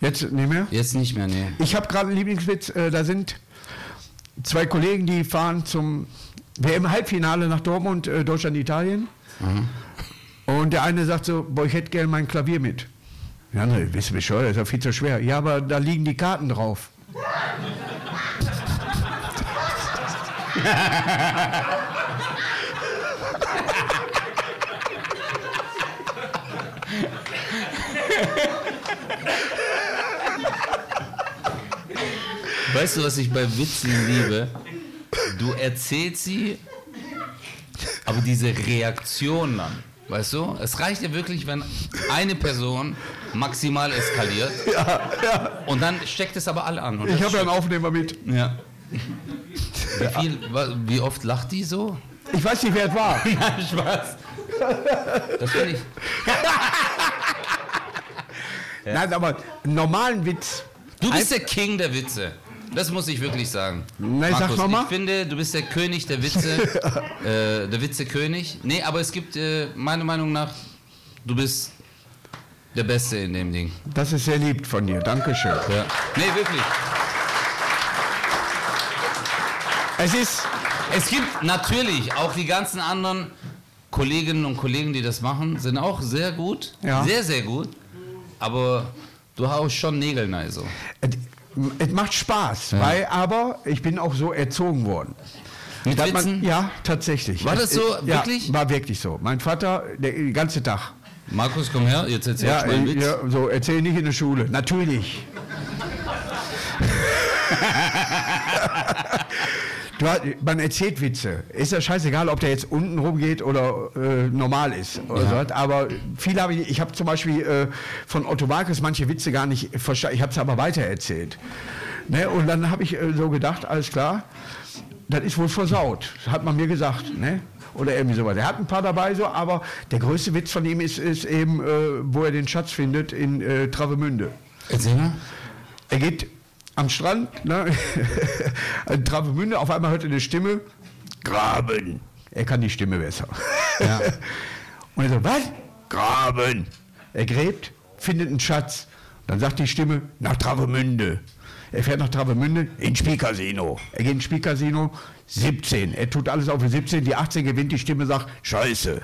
[SPEAKER 2] Jetzt nicht mehr?
[SPEAKER 3] jetzt nicht mehr, nee.
[SPEAKER 2] Ich habe gerade einen Lieblingswitz. Äh, da sind zwei Kollegen, die fahren zum WM-Halbfinale nach Dortmund, äh, Deutschland-Italien. Und der eine sagt so: Boah, ich hätte gerne mein Klavier mit. ne, Der andere: Bist du bescheuert? Ist ja viel zu schwer. Ja, aber da liegen die Karten drauf.
[SPEAKER 3] Weißt du, was ich bei Witzen liebe? Du erzählst sie, aber diese Reaktion dann. Weißt du, es reicht ja wirklich, wenn eine Person maximal eskaliert. Und dann steckt es aber alle an. Und
[SPEAKER 2] Ich
[SPEAKER 3] das
[SPEAKER 2] habe ja einen Aufnehmer mit.
[SPEAKER 3] Ja. Wie, viel, wa- wie oft lacht die so?
[SPEAKER 2] Ich weiß nicht, wer es war.
[SPEAKER 3] Nein, Spaß. Das finde ich.
[SPEAKER 2] Nein, aber einen normalen Witz.
[SPEAKER 3] Du bist der King der Witze. Das muss ich wirklich sagen.
[SPEAKER 2] Nein, sag noch mal.
[SPEAKER 3] ich finde, du bist der König der Witze.
[SPEAKER 2] [LAUGHS]
[SPEAKER 3] äh, der Witzekönig. Nee, aber es gibt, äh, meiner Meinung nach, du bist der Beste in dem Ding.
[SPEAKER 2] Das ist sehr lieb von dir. Dankeschön.
[SPEAKER 3] Ja. Nee, wirklich.
[SPEAKER 2] Es ist.
[SPEAKER 3] Es gibt natürlich auch die ganzen anderen Kolleginnen und Kollegen, die das machen, sind auch sehr gut.
[SPEAKER 2] Ja.
[SPEAKER 3] Sehr, sehr gut. Aber du haust schon Nägel rein, so.
[SPEAKER 2] Es es macht Spaß, weil aber ich bin auch so erzogen worden.
[SPEAKER 3] Mit
[SPEAKER 2] Dass
[SPEAKER 3] Witzen?
[SPEAKER 2] Man, ja, tatsächlich.
[SPEAKER 3] War das so?
[SPEAKER 2] Ja,
[SPEAKER 3] Wirklich?
[SPEAKER 2] War wirklich so. Mein Vater, der, den ganzen Tag.
[SPEAKER 3] Markus, komm her, jetzt erzähl
[SPEAKER 2] Ja,
[SPEAKER 3] ich mal einen
[SPEAKER 2] äh,
[SPEAKER 3] Witz.
[SPEAKER 2] ja, so erzähl nicht in der Schule. Natürlich. [LAUGHS] du, hast- man erzählt Witze. Ist ja scheißegal, ob der jetzt unten rumgeht oder äh, normal ist. Oder
[SPEAKER 3] Ja.
[SPEAKER 2] so was. Aber viele habe ich, ich habe zum Beispiel äh, von Otto Markus manche Witze gar nicht verstanden. Ich habe es aber weitererzählt. Ne? Und dann habe ich äh, so gedacht, alles klar, das ist wohl versaut. Das hat man mir gesagt. Ne? Oder irgendwie sowas. Er hat ein paar dabei so, aber der größte Witz von ihm ist, ist eben, äh, wo er den Schatz findet in äh, Travemünde.
[SPEAKER 3] Erzähl mal.
[SPEAKER 2] Er geht am Strand, ne? [LAUGHS] in Travemünde, auf einmal hört er eine Stimme, Graben. Er kann die Stimme besser.
[SPEAKER 3] Ja.
[SPEAKER 2] Und er sagt, was? Graben. Er gräbt, findet einen Schatz. Dann sagt die Stimme, nach Travemünde. Er fährt nach Travemünde, ins Spielcasino. Er geht ins Spielcasino, 17. Er tut alles auf die 17, die 18 gewinnt, die Stimme sagt, scheiße.